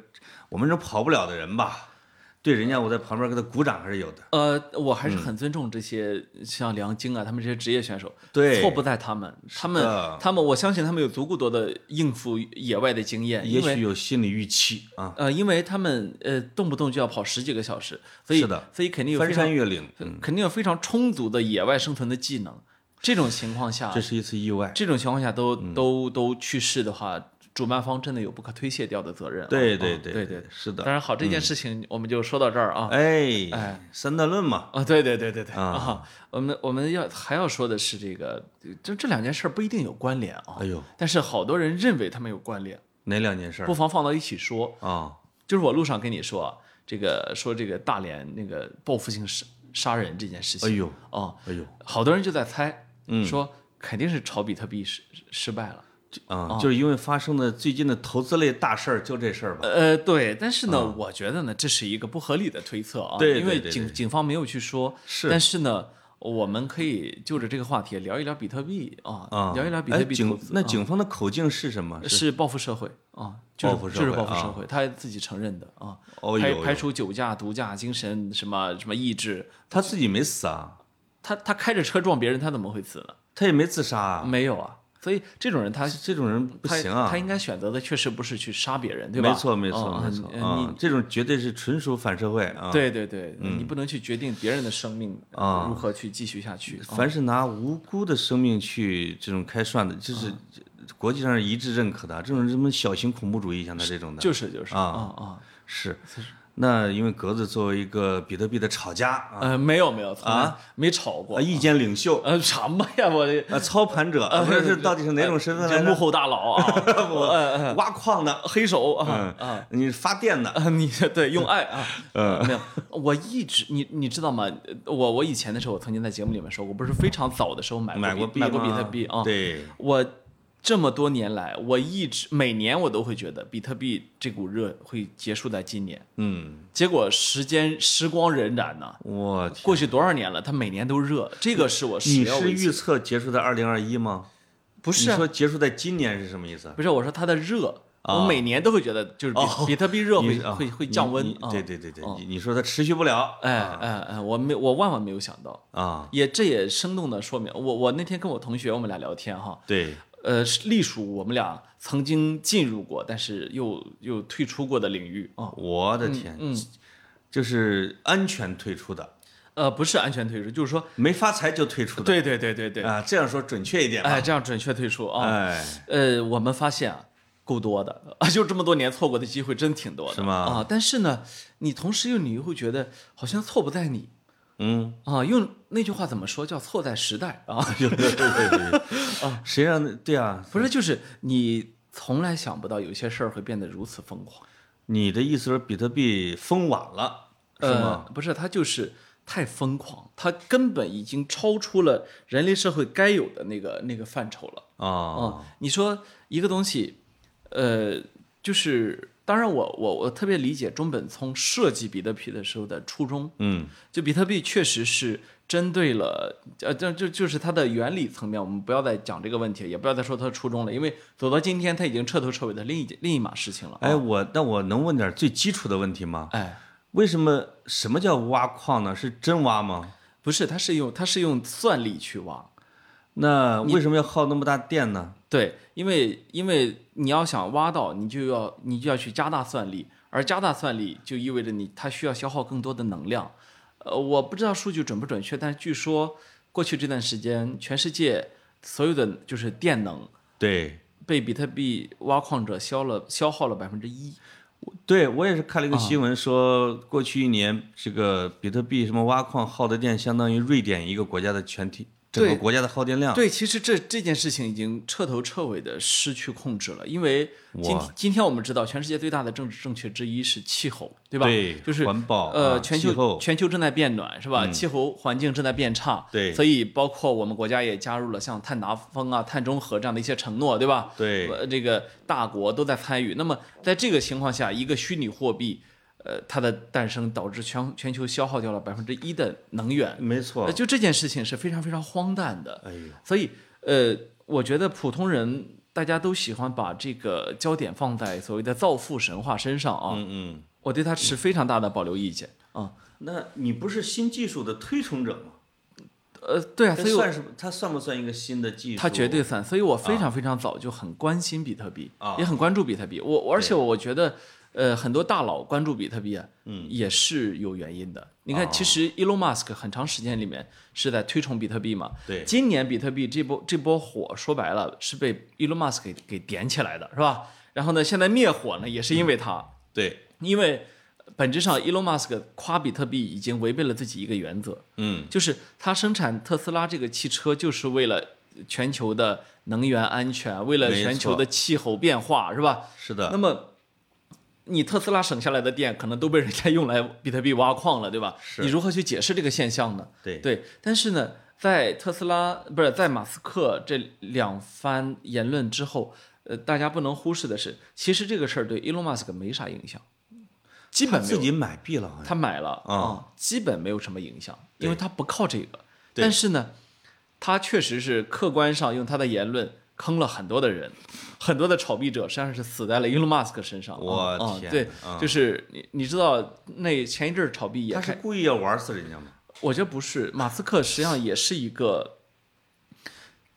Speaker 2: 我们这种跑不了的人吧，对人家我在旁边给他鼓掌还是有的。
Speaker 1: 呃，我
Speaker 2: 嗯
Speaker 1: 还是很尊重这些像梁晶啊，他们这些职业选手。
Speaker 2: 对
Speaker 1: 错不在他们，他们
Speaker 2: 的
Speaker 1: 他们，我相信他们有足够多的应付野外的经验，
Speaker 2: 也
Speaker 1: 因为
Speaker 2: 许有心理预期啊，
Speaker 1: 呃，因为他们呃动不动就要跑十几个小时，所以
Speaker 2: 是的
Speaker 1: 所以肯定有
Speaker 2: 翻
Speaker 1: 非常
Speaker 2: 山越岭，嗯，
Speaker 1: 肯定有非常充足的野外生存的技能。这种情况下
Speaker 2: 这，是一次意外。嗯
Speaker 1: 这种情况下都都都去世的话，主办方真的有不可推卸掉的责任啊。
Speaker 2: 对
Speaker 1: 啊
Speaker 2: 对
Speaker 1: 对
Speaker 2: 对
Speaker 1: 对。
Speaker 2: 是
Speaker 1: 当
Speaker 2: 的。嗯
Speaker 1: 然好，这件事情我们就说到这儿啊。
Speaker 2: 哎
Speaker 1: 哎，
Speaker 2: 三段论嘛，
Speaker 1: 啊，对对对对对
Speaker 2: 啊
Speaker 1: 啊！我们我们要还要说的是这个，这这两件事儿不一定有关联啊。
Speaker 2: 哎呦，
Speaker 1: 但是好多人认为他们有关联，
Speaker 2: 哪两件事儿
Speaker 1: 不妨放到一起说。
Speaker 2: 啊？
Speaker 1: 就是我路上跟你说啊，这个说这个大连那个报复性杀杀人这件事
Speaker 2: 哎
Speaker 1: 情
Speaker 2: 呦，嗯
Speaker 1: 啊，
Speaker 2: 哎呦，
Speaker 1: 好多人就在猜，说肯定是炒比特币失失败了。
Speaker 2: 啊，就是因为发生的最近的投资类大事儿，就这事儿吧。
Speaker 1: 呃，对，但是呢，我觉得呢，这是一个不合理的推测啊，
Speaker 2: 嗯对对
Speaker 1: 因为
Speaker 2: 对
Speaker 1: 警
Speaker 2: 对
Speaker 1: 警方没有去说，
Speaker 2: 是
Speaker 1: 但是呢，我们可以就着这个话题聊一聊比特币啊，
Speaker 2: 啊，
Speaker 1: 聊一聊比
Speaker 2: 哎
Speaker 1: 特币投
Speaker 2: 警
Speaker 1: 资，
Speaker 2: 那
Speaker 1: 啊
Speaker 2: 警方的口径是什么？
Speaker 1: 是报复社会啊，就是
Speaker 2: 报复社
Speaker 1: 就是
Speaker 2: 会
Speaker 1: 报复
Speaker 2: 啊
Speaker 1: 社会，他自己承认的啊，
Speaker 2: 哦
Speaker 1: 排
Speaker 2: 呦
Speaker 1: 排
Speaker 2: 呦，
Speaker 1: 除酒驾、毒驾、精神什么什么意志，
Speaker 2: 他自己没死啊，
Speaker 1: 他他开着车撞别人，他怎么会死呢？
Speaker 2: 他也没自杀啊，
Speaker 1: 没有啊，所以这种人他
Speaker 2: 这种人不
Speaker 1: 嗯他
Speaker 2: 行啊
Speaker 1: 他。应该选择的确实不是去杀别人，对吧？
Speaker 2: 没错，没错，
Speaker 1: 啊
Speaker 2: 没错
Speaker 1: 呃你
Speaker 2: 啊！这种绝对是纯属反社会啊！，
Speaker 1: 对对对，你不能去决定别人的生命呃如何去继续下去。
Speaker 2: 凡是拿无辜的生命去这种开涮的，
Speaker 1: 啊
Speaker 2: 就是国际上是一致认可的。这种什么小型恐怖主义，像他这种的，
Speaker 1: 就是就是
Speaker 2: 啊
Speaker 1: 啊
Speaker 2: 是。那因为格子作为一个比特币的炒家
Speaker 1: 啊，
Speaker 2: 啊，
Speaker 1: 呃，没有没有，从来没吵过
Speaker 2: 啊，。意见领袖
Speaker 1: 呃，什么呀，我这
Speaker 2: 啊，操盘者，啊不是这到底是哪种身份来
Speaker 1: 这幕
Speaker 2: 着？
Speaker 1: 后大佬 啊，
Speaker 2: 挖矿的，
Speaker 1: 黑手啊啊
Speaker 2: 嗯，你发电的，
Speaker 1: 啊！你对用爱 啊，嗯，没有，我一直你你知道吗？呃我我以前的时候，我曾经在节目里面说过，不是非常早的时候买
Speaker 2: 买
Speaker 1: 过
Speaker 2: 过
Speaker 1: 比
Speaker 2: 币
Speaker 1: 买过
Speaker 2: 吗
Speaker 1: 比特币啊。
Speaker 2: 对，
Speaker 1: 我这么多年来，我一直每年我都会觉得比特币这股热会结束在今年，
Speaker 2: 嗯，
Speaker 1: 结果时间时光荏苒呐，
Speaker 2: 我天，
Speaker 1: 过去多少年了，它每年都热，这个是我始
Speaker 2: 你
Speaker 1: 料
Speaker 2: 是
Speaker 1: 未及
Speaker 2: 预测结束在二零二一吗？
Speaker 1: 不是
Speaker 2: 你
Speaker 1: 啊
Speaker 2: 说结束在今年是什么意思？啊
Speaker 1: 不是我说它的热，我每年都会觉得就是比、比特币热会、
Speaker 2: 你啊
Speaker 1: 会会降温
Speaker 2: 你啊你
Speaker 1: 啊，
Speaker 2: 对对对对，你你说它持续不了
Speaker 1: 哎哎哎，我没我万万没有想到，
Speaker 2: 啊？
Speaker 1: 也这也生动的说明我我那天跟我同学我们俩聊天哈，
Speaker 2: 对，
Speaker 1: 呃，是隶属我们俩曾经进入过，但是又又退出过的领域啊。
Speaker 2: 我的天，就是安全退出的，
Speaker 1: 呃，不是安全退出，就是说，
Speaker 2: 没发财就退出的
Speaker 1: 对对对对对，
Speaker 2: 啊，这样说准确一点吧？
Speaker 1: 哎，这样准确退出啊。
Speaker 2: 哎，
Speaker 1: 呃，我们发现啊，够多的 啊，就这么多年错过的机会真挺多的，
Speaker 2: 是吗
Speaker 1: 啊，但是呢，你同时又你又会觉得好像错不在你
Speaker 2: 嗯，
Speaker 1: 啊，用那句话怎么说叫错在时代啊？
Speaker 2: 对对对对，啊，谁让对啊？
Speaker 1: 不是，就是你从来想不到有些事儿会变得如此疯狂，
Speaker 2: 你的意思是比特币封晚了是吗？
Speaker 1: 呃，不是，它就是太疯狂，它根本已经超出了人类社会该有的那个那个范畴了。
Speaker 2: 啊，
Speaker 1: 啊，你说一个东西，呃，就是当然我我我特别理解中本聪设计比特币的时候的初衷，
Speaker 2: 嗯，
Speaker 1: 就比特币确实是针对了，呃，就就就是它的原理层面，我们不要再讲这个问题，也不要再说它的初衷了，因为走到今天，它已经彻头彻尾的另一另一码事情了。
Speaker 2: 哎，我那我能问点最基础的问题吗？
Speaker 1: 哎，
Speaker 2: 为什么什么叫挖矿呢？是真挖吗？
Speaker 1: 不是，它是用它是用算力去挖，
Speaker 2: 那为什么要耗那么大电呢？
Speaker 1: 对，因为因为你要想挖到，你就要你就要去加大算力，而加大算力就意味着你它需要消耗更多的能量。呃，我不知道数据准不准确，但是据说过去这段时间，全世界所有的就是电能
Speaker 2: 对，
Speaker 1: 被比特币挖矿者消了消耗了百分之一。
Speaker 2: 对我也是看了
Speaker 1: 啊
Speaker 2: 一个新闻说，过去一年这个比特币什么挖矿耗的电，相当于瑞典一个国家的全体整个
Speaker 1: 对
Speaker 2: 国家的耗电量。
Speaker 1: 对，其实这这件事情已经彻头彻尾的失去控制了，因为今
Speaker 2: 哇
Speaker 1: 今天我们知道，全世界最大的政治正确之一是气候，对吧？
Speaker 2: 对
Speaker 1: 就是
Speaker 2: 环保
Speaker 1: 呃，
Speaker 2: 啊
Speaker 1: 全
Speaker 2: 气
Speaker 1: 球
Speaker 2: 候嗯
Speaker 1: 全球正在变暖，是吧？气候环境正在变差，
Speaker 2: 对
Speaker 1: 所以包括我们国家也加入了像碳达峰啊、碳中和这样的一些承诺，对吧？
Speaker 2: 对
Speaker 1: 呃，这个大国都在参与。那么在这个情况下，一个虚拟货币。呃，它的诞生导致全全球消耗掉了百分之一的能源，
Speaker 2: 没错
Speaker 1: 呃，就这件事情是非常非常荒诞的。
Speaker 2: 哎呦，
Speaker 1: 所以呃，我觉得普通人大家都喜欢把这个焦点放在所谓的造富神话身上啊，
Speaker 2: 嗯嗯，
Speaker 1: 我对他持非常大的保留意见啊。
Speaker 2: 那你不是新技术的推崇者吗？
Speaker 1: 呃，对啊，
Speaker 2: 它
Speaker 1: 所以我
Speaker 2: 算是它算不算一个新的技术？
Speaker 1: 他绝对算，所以我非常非常早就很关心比特币，
Speaker 2: 啊
Speaker 1: 也很关注比特币。我我而且我觉得。呃，很多大佬关注比特币啊，嗯，也是有原因的。你
Speaker 2: 啊
Speaker 1: 看，其实 Elon Musk 很长时间里面是在推崇比特币嘛，
Speaker 2: 对
Speaker 1: 今年比特币这波这波火，说白了是被 Elon Musk 给给点起来的，是吧？然后呢，现在灭火呢，也是因为他，
Speaker 2: 对，
Speaker 1: 因为本质上，Elon Musk 夸比特币已经违背了自己一个原则，
Speaker 2: 嗯，
Speaker 1: 就是他生产特斯拉这个汽车，就是为了全球的能源安全，为了
Speaker 2: 没
Speaker 1: 全球
Speaker 2: 错呃
Speaker 1: 的气候变化，是吧？
Speaker 2: 是的，
Speaker 1: 那么。你特斯拉省下来的电，可能都被人家用来比特币挖矿了，对吧？
Speaker 2: 是
Speaker 1: 你如何去解释这个现象呢？
Speaker 2: 对
Speaker 1: 对，但是呢，在特斯拉不是在马斯克这两番言论之后，呃，大家不能忽视的是，其实这个事儿对 Elon Musk 没啥影响，基本没有
Speaker 2: 自己买币了，好像
Speaker 1: 他买了哦
Speaker 2: 啊
Speaker 1: 基本没有什么影响，因为
Speaker 2: 对
Speaker 1: 他不靠这个。
Speaker 2: 对
Speaker 1: 但是呢，他确实是客观上用他的言论坑了很多的人，很多的炒币者实际上是死在了 Elon Musk 身上。
Speaker 2: 我
Speaker 1: 啊啊
Speaker 2: 天
Speaker 1: 对，
Speaker 2: 啊
Speaker 1: 就是你你知道那前一阵儿炒币也
Speaker 2: 他是
Speaker 1: 开，
Speaker 2: 故意要玩死人家吗？
Speaker 1: 我觉得不是，马斯克实际上也是一个，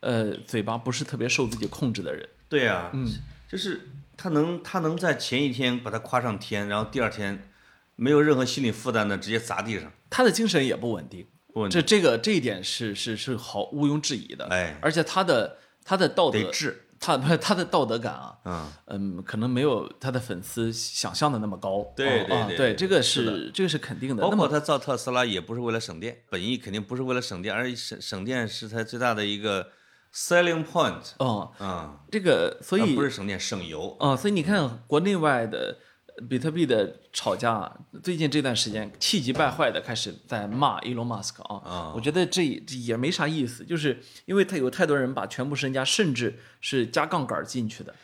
Speaker 1: 呃，嘴巴不是特别受自己控制的人。
Speaker 2: 对呀、
Speaker 1: 嗯
Speaker 2: 就是他能他能在前一天把他夸上天，然后第二天没有任何心理负担的直接砸地上，
Speaker 1: 他的精神也不稳定，
Speaker 2: 不问题
Speaker 1: 这这个这一点是是是毫毋庸置疑的。
Speaker 2: 哎，
Speaker 1: 而且他的他的道德
Speaker 2: 得治，
Speaker 1: 他 不是他的道德感啊，
Speaker 2: 嗯，
Speaker 1: 嗯，可能没有他的粉丝想象的那么高。
Speaker 2: 对
Speaker 1: 啊
Speaker 2: 对
Speaker 1: 啊
Speaker 2: 对
Speaker 1: 对，
Speaker 2: 对
Speaker 1: 这个
Speaker 2: 是
Speaker 1: 是这个是肯定的。
Speaker 2: 包
Speaker 1: 那么
Speaker 2: 括他造特斯拉也不是为了省电，本意肯定不是为了省电，而且省省电是他最大的一个 selling point
Speaker 1: 嗯，
Speaker 2: 啊、
Speaker 1: 这个所
Speaker 2: 啊
Speaker 1: 以
Speaker 2: 不是省电省油，
Speaker 1: 啊，所以你看国内外的比特币的吵架，最近这段时间气急败坏的开始在骂 Elon Musk 啊，
Speaker 2: 啊
Speaker 1: 我觉得这这也没啥意思，就是因为他有太多人把全部身家，甚至是加杠杆进去的。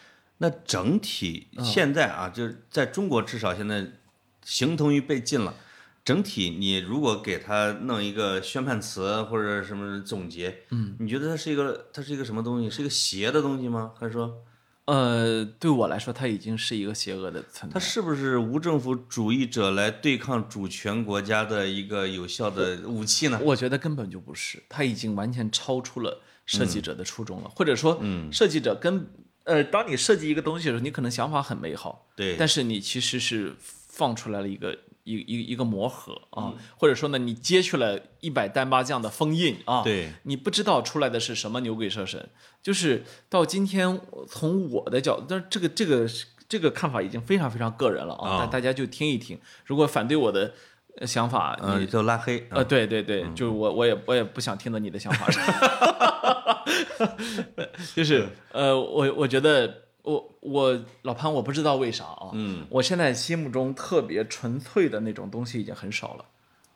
Speaker 2: 那整体
Speaker 1: 嗯
Speaker 2: 现在啊，就是在中国至少现在形同于被禁了。整体你如果给他弄一个宣判词啊或者什么总结，嗯，你觉得它是一个它是一个什么东西？是一个邪的东西吗？还是说
Speaker 1: 呃，对我来说，它已经是一个邪恶的存在
Speaker 2: 它。是不是无政府主义者来对抗主权国家的一个有效的武器呢？
Speaker 1: 我觉得根本就不是，他已经完全超出了设
Speaker 2: 嗯
Speaker 1: 计者的初衷了，或者说，设计者跟呃，当你设计一个东西的时候，你可能想法很美好，
Speaker 2: 对，
Speaker 1: 但是你其实是放出来了一个一一一个魔盒
Speaker 2: 嗯
Speaker 1: 啊，或者说呢，你揭去了一百单八将的封印啊，
Speaker 2: 对，
Speaker 1: 你不知道出来的是什么牛鬼蛇神。就是到今天，从我的角度，但是这个这个这个看法已经非常非常个人了啊，
Speaker 2: 啊
Speaker 1: 大大家就听一听，如果反对我的呃想法，你
Speaker 2: 嗯，叫拉黑啊
Speaker 1: 呃，对对对，就是我我也我也不想听到你的想法，就是 呃，我我觉得我我老潘我不知道为啥啊，嗯，我现在心目中特别纯粹的那种东西已经很少了，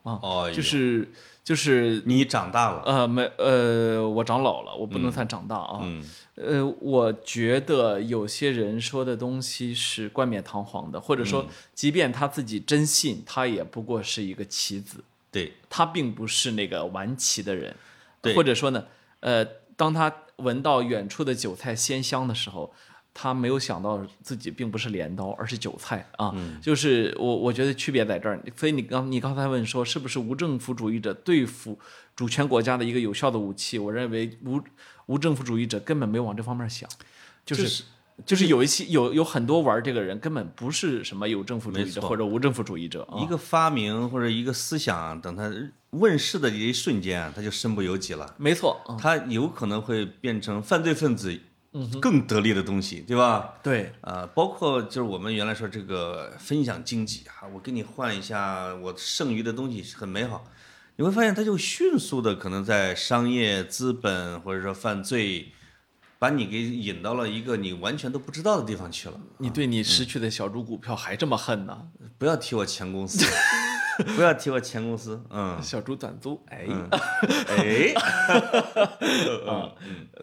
Speaker 2: 哦，
Speaker 1: 就是就是
Speaker 2: 你长大了，
Speaker 1: 呃没呃我长老了，我不能算长大啊，
Speaker 2: 嗯，
Speaker 1: 呃，我觉得有些人说的东西是冠冕堂皇的，或者说即便他自己真信，他也不过是一个棋子。
Speaker 2: 对，
Speaker 1: 他并不是那个顽棋的人，
Speaker 2: 对
Speaker 1: 或者说呢，呃，当他闻到远处的韭菜鲜香的时候，他没有想到自己并不是镰刀，而是韭菜啊。就是我我觉得区别在这儿，所以你刚你刚才问说是不是无政府主义者对付主权国家的一个有效的武器？我认为无无政府主义者根本没有往这方面想，就是。
Speaker 2: 就
Speaker 1: 就是有一些有有很多玩这个人根本不是什么有政府主义者
Speaker 2: 没错
Speaker 1: 或者无政府主义者啊，
Speaker 2: 一个发明或者一个思想，等它问世的一瞬间啊，它就身不由己了。
Speaker 1: 没错，嗯
Speaker 2: 它有可能会变成犯罪分子更得力的东西，对吧？
Speaker 1: 对，
Speaker 2: 啊，包括就是我们原来说这个分享经济啊，我给你换一下我剩余的东西，很美好。你会发现，它就迅速的可能在商业、资本或者说犯罪，把你给引到了一个你完全都不知道的地方去了。
Speaker 1: 你对
Speaker 2: 嗯
Speaker 1: 你失去的小猪股票还这么恨呢？
Speaker 2: 不要提我前公司，不要提我前公司，嗯。
Speaker 1: 小猪短租，哎，
Speaker 2: 哎，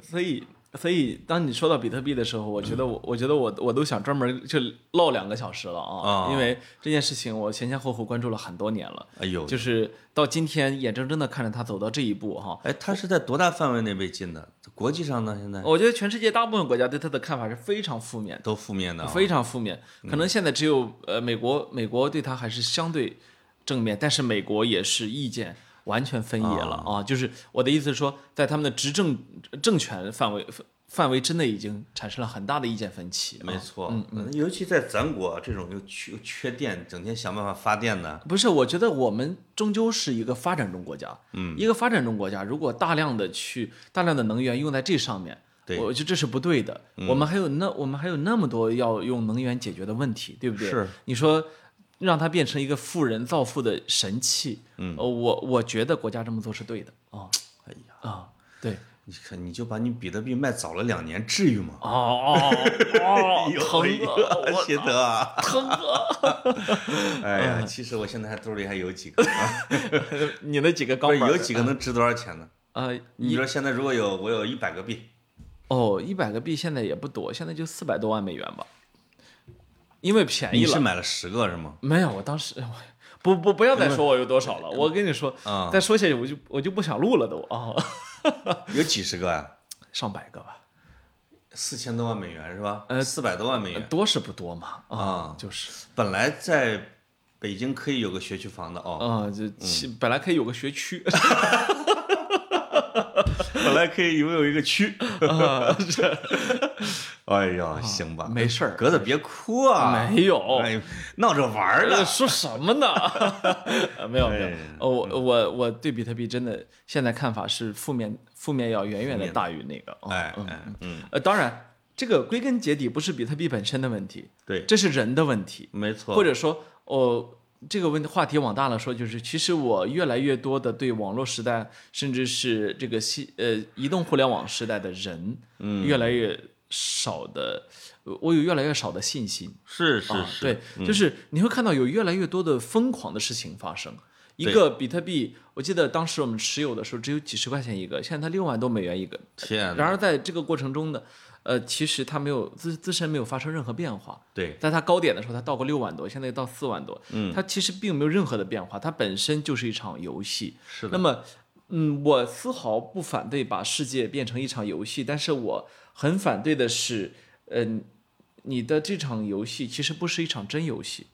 Speaker 1: 所以所以当你说到比特币的时候，我觉得
Speaker 2: 嗯
Speaker 1: 我我觉得我我都想专门就唠两个小时了啊，
Speaker 2: 啊
Speaker 1: 因为这件事情我前前后后关注了很多年了，
Speaker 2: 哎呦，
Speaker 1: 就是到今天眼睁睁的看着它走到这一步哈、
Speaker 2: 哎，他是在多大范围内被禁的？国际上呢，现在
Speaker 1: 我觉得全世界大部分国家对它的看法是非常负面的。
Speaker 2: 都负面的、啊。嗯
Speaker 1: 非常负面。可能现在只有呃美国，美国对他还是相对正面，但是美国也是意见完全分野了啊。就是我的意思是说，在他们的执政政权范围范围之内，已经产生了很大的意见分歧啊。
Speaker 2: 没错，尤其在咱国这种又缺又缺电，整天想办法发电的，
Speaker 1: 不是，我觉得我们终究是一个发展中国家。嗯，一个发展中国家，如果大量的去大量的能源用在这上面，
Speaker 2: 对
Speaker 1: 我觉得这是不对的。我们还有那我们还有那么多要用能源解决的问题，对不对？
Speaker 2: 是，
Speaker 1: 你说让它变成一个富人造富的神器，嗯，我我觉得国家这么做是对的啊
Speaker 2: 哎呀，
Speaker 1: 啊、对，
Speaker 2: 你看你就把你比特币卖早了两年，至于吗？
Speaker 1: 哦哦哦
Speaker 2: 哎，呦
Speaker 1: 疼啊，
Speaker 2: 哎呀
Speaker 1: 我
Speaker 2: 心疼啊！
Speaker 1: 疼啊！ 嗯
Speaker 2: 哎呀，其实我现在还兜里还有几个，啊
Speaker 1: 你那几个钢
Speaker 2: 不是
Speaker 1: 板儿
Speaker 2: 有几个能值多少钱呢？
Speaker 1: 呃，
Speaker 2: 你说现在如果有我有一百个币，
Speaker 1: 哦，一百个币现在也不多，现在就四百多万美元吧，因为便宜
Speaker 2: 你是
Speaker 1: 了。
Speaker 2: 买了十个是吗？
Speaker 1: 没有，我当时我不不不要再说我有多少了，我跟你说，
Speaker 2: 啊
Speaker 1: 再说下去我就我就不想录了都啊，
Speaker 2: 有几十个啊？
Speaker 1: 上百个吧，
Speaker 2: 四千多万美元是吧？
Speaker 1: 呃
Speaker 2: 四百多万美元。
Speaker 1: 多是不多嘛啊
Speaker 2: 啊，
Speaker 1: 就是
Speaker 2: 本来在北京可以有个学区房的哦，
Speaker 1: 啊，这其本来可以有个学区
Speaker 2: 本来可以拥有一个区。
Speaker 1: 啊，这
Speaker 2: 哎呀，行吧，
Speaker 1: 哦没事儿
Speaker 2: 格子别哭啊，
Speaker 1: 没哦有
Speaker 2: 哎呦，闹着玩儿
Speaker 1: 呃
Speaker 2: 的。
Speaker 1: 说什么 呢？呃没有没有
Speaker 2: 哎，
Speaker 1: 呃我我我对比特币真的现在看法是负面，负面要远远的大于那个。哦
Speaker 2: 哎
Speaker 1: 嗯
Speaker 2: 哎嗯，
Speaker 1: 呃，当然，这个归根结底不是比特币本身的问题，
Speaker 2: 对，
Speaker 1: 这是人的问题，
Speaker 2: 没错。
Speaker 1: 或
Speaker 2: 者
Speaker 1: 者说，哦，这个问话题往大了说，就是其实我越来越多的对网络时代，甚至是这个西呃移动互联网时代的人，嗯，越来越少的，呃我有越来越少的信心。
Speaker 2: 是是嗯
Speaker 1: 啊
Speaker 2: 是，
Speaker 1: 对，就是你会看到有越来越多的疯狂的事情发生。一
Speaker 2: 对
Speaker 1: 个比特币，我记得当时我们持有的时候只有几十块钱一个，现在它六万多美元一个。
Speaker 2: 天哪，
Speaker 1: 然而在这个过程中呢，呃，其实它没有自自身没有发生任何变化。
Speaker 2: 对，
Speaker 1: 在它高点的时候，它到过六万多，现在到四万多，嗯，它其实并没有任何的变化，它本身就是一场游戏。
Speaker 2: 是
Speaker 1: 那
Speaker 2: 的，
Speaker 1: 么，嗯，我丝毫不反对把世界变成一场游戏，但是我很反对的是，嗯、你的这场游戏其实不是一场真游戏。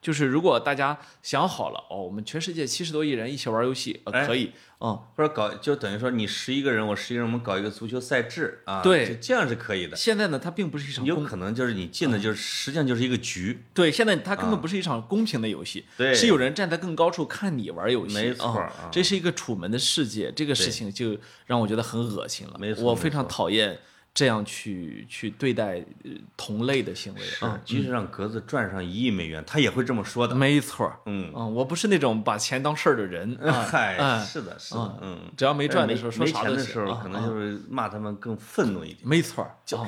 Speaker 1: 就是如果大家想好了，哦，我们全世界七十多亿人一起玩游戏，呃，
Speaker 2: 哎
Speaker 1: 可以，嗯，
Speaker 2: 或者搞就等于说你十一个人，我十一个人，我们搞一个足球赛制啊，
Speaker 1: 对
Speaker 2: 就这样是可以的。
Speaker 1: 现在呢，它并不是一场
Speaker 2: 有
Speaker 1: 公，
Speaker 2: 可能就是你进的就是实际上就是一个局，
Speaker 1: 对，现在它根本不是一场公平的游戏，
Speaker 2: 啊对
Speaker 1: 是有人站在更高处看你玩游戏，
Speaker 2: 没错
Speaker 1: 嗯
Speaker 2: 啊
Speaker 1: 这是一个楚门的世界，这个事情就让我觉得很恶心了，
Speaker 2: 没错
Speaker 1: 我
Speaker 2: 没
Speaker 1: 非常
Speaker 2: 错
Speaker 1: 讨厌这样去去对待呃同类的行为，
Speaker 2: 是
Speaker 1: 啊，
Speaker 2: 即使让格子赚上一亿美元，他也会这么说的。
Speaker 1: 没错儿，
Speaker 2: 嗯，
Speaker 1: 嗯，我不是那种把钱当事儿的人，啊
Speaker 2: 嗨，
Speaker 1: 哎
Speaker 2: 是的，是
Speaker 1: 啊
Speaker 2: 的，嗯，
Speaker 1: 只要没
Speaker 2: 没
Speaker 1: 赚的时候说
Speaker 2: 没
Speaker 1: 啥
Speaker 2: 钱
Speaker 1: 都
Speaker 2: 的
Speaker 1: 行
Speaker 2: 时候，
Speaker 1: 啊
Speaker 2: 可能就是骂他们更愤怒一点。
Speaker 1: 没错儿，就是，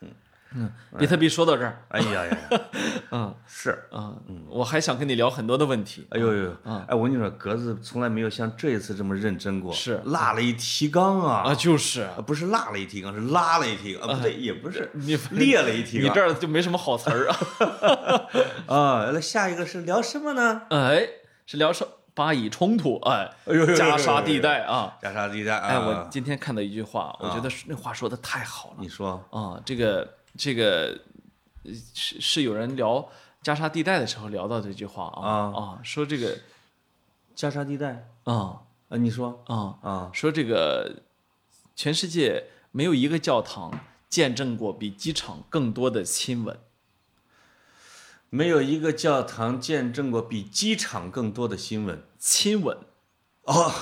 Speaker 1: 嗯嗯，比特币说到这儿，
Speaker 2: 哎呀呀，
Speaker 1: 嗯
Speaker 2: 是，
Speaker 1: 嗯，我还想跟你聊很多的问题，
Speaker 2: 哎呦呦，
Speaker 1: 啊
Speaker 2: 哎，我跟你说，格子从来没有像这一次这么认真过，
Speaker 1: 是
Speaker 2: 落了一提纲
Speaker 1: 啊，
Speaker 2: 啊，
Speaker 1: 就是
Speaker 2: 啊不是落了一提纲，是拉了一提纲，啊，不对，也不是
Speaker 1: 你
Speaker 2: 列了一提
Speaker 1: 你
Speaker 2: 纲
Speaker 1: 这儿就没什么好词儿啊，
Speaker 2: 啊。那下一个是聊什么呢？
Speaker 1: 哎，是聊什巴以冲突，哎
Speaker 2: 哎呦呦，呦
Speaker 1: 加
Speaker 2: 呦
Speaker 1: 沙
Speaker 2: 呦
Speaker 1: 地
Speaker 2: 呦
Speaker 1: 带啊，
Speaker 2: 加沙地带啊，
Speaker 1: 哎，我今天看到一句话，我觉得是那话说的太好了
Speaker 2: 你说
Speaker 1: 啊，这个这个呃是是有人聊加沙地带的时候聊到这句话啊啊，说这个
Speaker 2: 加沙地带
Speaker 1: 啊
Speaker 2: 啊，你说
Speaker 1: 啊。
Speaker 2: 啊，
Speaker 1: 说这个全世界没有一个教堂见证过比机场更多的亲吻。
Speaker 2: 没有一个教堂见证过比机场更多的新闻
Speaker 1: 亲吻，
Speaker 2: 哦，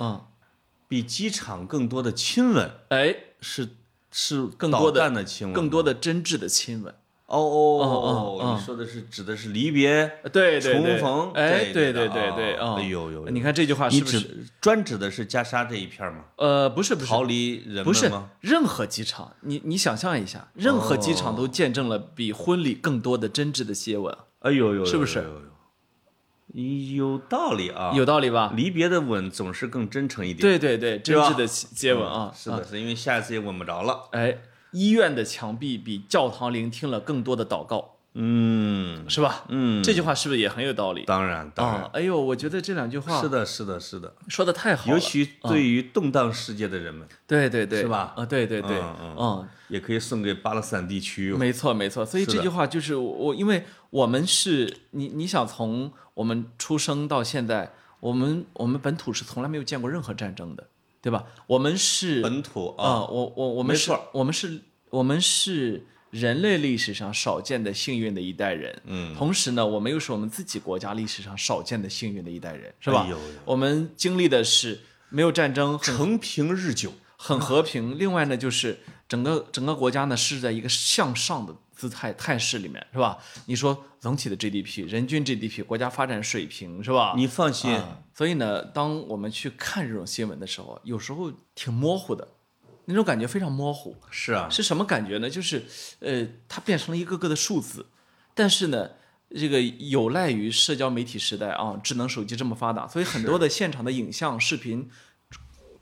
Speaker 1: 嗯，
Speaker 2: 比机场更多的亲吻
Speaker 1: 哎，
Speaker 2: 是是
Speaker 1: 更多的
Speaker 2: 导弹的亲吻，
Speaker 1: 更多的真挚的亲吻。
Speaker 2: 哦
Speaker 1: 哦
Speaker 2: 哦
Speaker 1: 哦
Speaker 2: 哦，你说的是指的是离别、
Speaker 1: 呃对对对，
Speaker 2: 重逢
Speaker 1: 哎，
Speaker 2: 这
Speaker 1: 对
Speaker 2: 一类
Speaker 1: 对
Speaker 2: 的
Speaker 1: 对对，
Speaker 2: 啊
Speaker 1: 啊，
Speaker 2: 哎呦呦呦
Speaker 1: 你看这句话
Speaker 2: 你
Speaker 1: 是不是？
Speaker 2: 指专指的是加沙这一片吗？
Speaker 1: 呃，不是不是
Speaker 2: 逃离人
Speaker 1: 不
Speaker 2: 们
Speaker 1: 是
Speaker 2: 吗？
Speaker 1: 任何机场，你你想象一下，任何机场
Speaker 2: 哦
Speaker 1: 都见证了比婚礼更多的真挚的接吻，
Speaker 2: 哎呦呦，
Speaker 1: 是不是
Speaker 2: 呦？呦呦有道理啊，
Speaker 1: 有道理吧？
Speaker 2: 离别的吻总是更真诚一点。
Speaker 1: 对对对，真
Speaker 2: 吧嗯
Speaker 1: 挚的亲接吻啊，
Speaker 2: 是的，是因为下一次也吻不着了。
Speaker 1: 哎，医院的墙壁比教堂聆听了更多的祷告，
Speaker 2: 嗯
Speaker 1: 是吧？
Speaker 2: 嗯，
Speaker 1: 这句话是不是也很有道理？
Speaker 2: 当然当然
Speaker 1: 啊，，哎呦，我觉得这两句话
Speaker 2: 是的，是的，是的，
Speaker 1: 说的太哦好了，嗯
Speaker 2: 尤其对于动荡世界的人们，
Speaker 1: 对对对，
Speaker 2: 是吧
Speaker 1: 啊，对对对，
Speaker 2: 嗯
Speaker 1: 嗯，
Speaker 2: 也可以送给巴勒斯坦地区。
Speaker 1: 没错没错。所以
Speaker 2: 是的
Speaker 1: 这句话就是我，我因为我们是你，你想从我们出生到现在，我们我们本土是从来没有见过任何战争的，对吧？我们是
Speaker 2: 本土啊，
Speaker 1: 啊，我我我们
Speaker 2: 没
Speaker 1: 是，我们是，我们是人类历史上少见的幸运的一代人。嗯，同时呢，我们又是我们自己国家历史上少见的幸运的一代人，是吧？
Speaker 2: 哎呦呦
Speaker 1: 我们经历的是没有战争，很
Speaker 2: 承平日久，
Speaker 1: 很和平。另外呢，就是整个整个国家呢是在一个向上的姿态态势里面，是吧？你说总体的 GDP、人均 GDP、国家发展水平，是吧？
Speaker 2: 你放心，
Speaker 1: 啊所以呢，当我们去看这种新闻的时候，有时候挺模糊的，那种感觉非常模糊。
Speaker 2: 是啊，
Speaker 1: 是什么感觉呢？就是呃，它变成了一个个的数字，但是呢，这个有赖于社交媒体时代啊，智能手机这么发达，所以很多的现场的影像、视频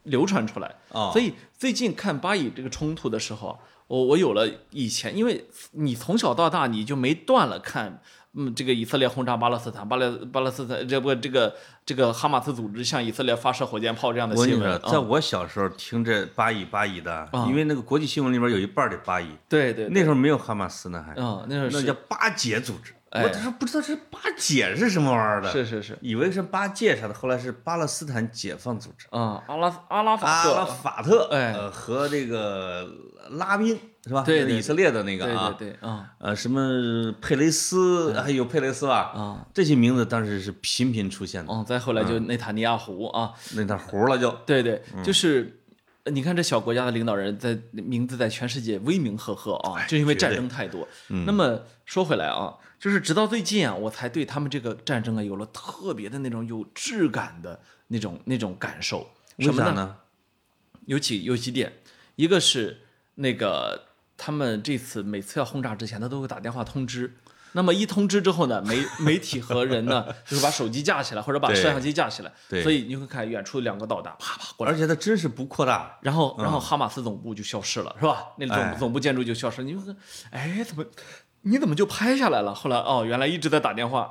Speaker 1: 流传出来。
Speaker 2: 啊
Speaker 1: 所以最近看巴以这个冲突的时候，我我有了以前，因为你从小到大你就没断了看，嗯，这个以色列轰炸巴勒斯坦，巴勒巴勒斯坦这不这个这个哈马斯组织向以色列发射火箭炮这样的
Speaker 2: 我跟
Speaker 1: 新
Speaker 2: 你
Speaker 1: 闻
Speaker 2: 说，
Speaker 1: 啊，
Speaker 2: 在我小时候听这巴以巴以的，因为那个国际新闻里边有一半儿得巴以，
Speaker 1: 对对，
Speaker 2: 那时候没有哈马斯呢，还
Speaker 1: 嗯，那
Speaker 2: 那
Speaker 1: 是
Speaker 2: 叫巴解组织。
Speaker 1: 哎
Speaker 2: 我当时不知道这巴解是什么玩意儿的，
Speaker 1: 是是是，
Speaker 2: 以为是巴戒啥的，后来是巴勒斯坦解放组织。
Speaker 1: 啊，阿拉阿拉法
Speaker 2: 阿
Speaker 1: 特，
Speaker 2: 拉法特，
Speaker 1: 哎
Speaker 2: 呃，和这个拉宾是吧？
Speaker 1: 对对
Speaker 2: 以色列的那个啊，
Speaker 1: 对对对，啊
Speaker 2: 呃，什么佩雷斯，还有佩雷斯吧，
Speaker 1: 啊
Speaker 2: 这些名字当时是频频出现的，
Speaker 1: 嗯，再后来就内塔尼亚胡啊，
Speaker 2: 那点糊了就
Speaker 1: 对对，
Speaker 2: 嗯
Speaker 1: 就是。呃你看这小国家的领导人在名字在全世界威名赫赫啊，就因为
Speaker 2: 哎绝
Speaker 1: 战
Speaker 2: 对嗯
Speaker 1: 争太多。那么说回来啊，就是直到最近啊，我才对他们这个战争啊有了特别的那种有质感的那种那种感受。
Speaker 2: 为
Speaker 1: 什么
Speaker 2: 啥
Speaker 1: 呢？
Speaker 2: 呢？
Speaker 1: 有几有几点，一个是那个他们这次每次要轰炸之前，他都会打电话通知。那么一通知之后呢，媒 媒体和人呢，就是把手机架起来，或者把
Speaker 2: 对
Speaker 1: 摄像机架起来，
Speaker 2: 对
Speaker 1: 所以你会看远处两个导弹啪啪过来，
Speaker 2: 而且它真是不扩大，
Speaker 1: 然后然后哈马斯总部就消失了，是吧？那总、
Speaker 2: 嗯哎
Speaker 1: 总部建筑就消失，你就看，哎，怎么你怎么就拍下来了？后来哦，原来一直在打电话，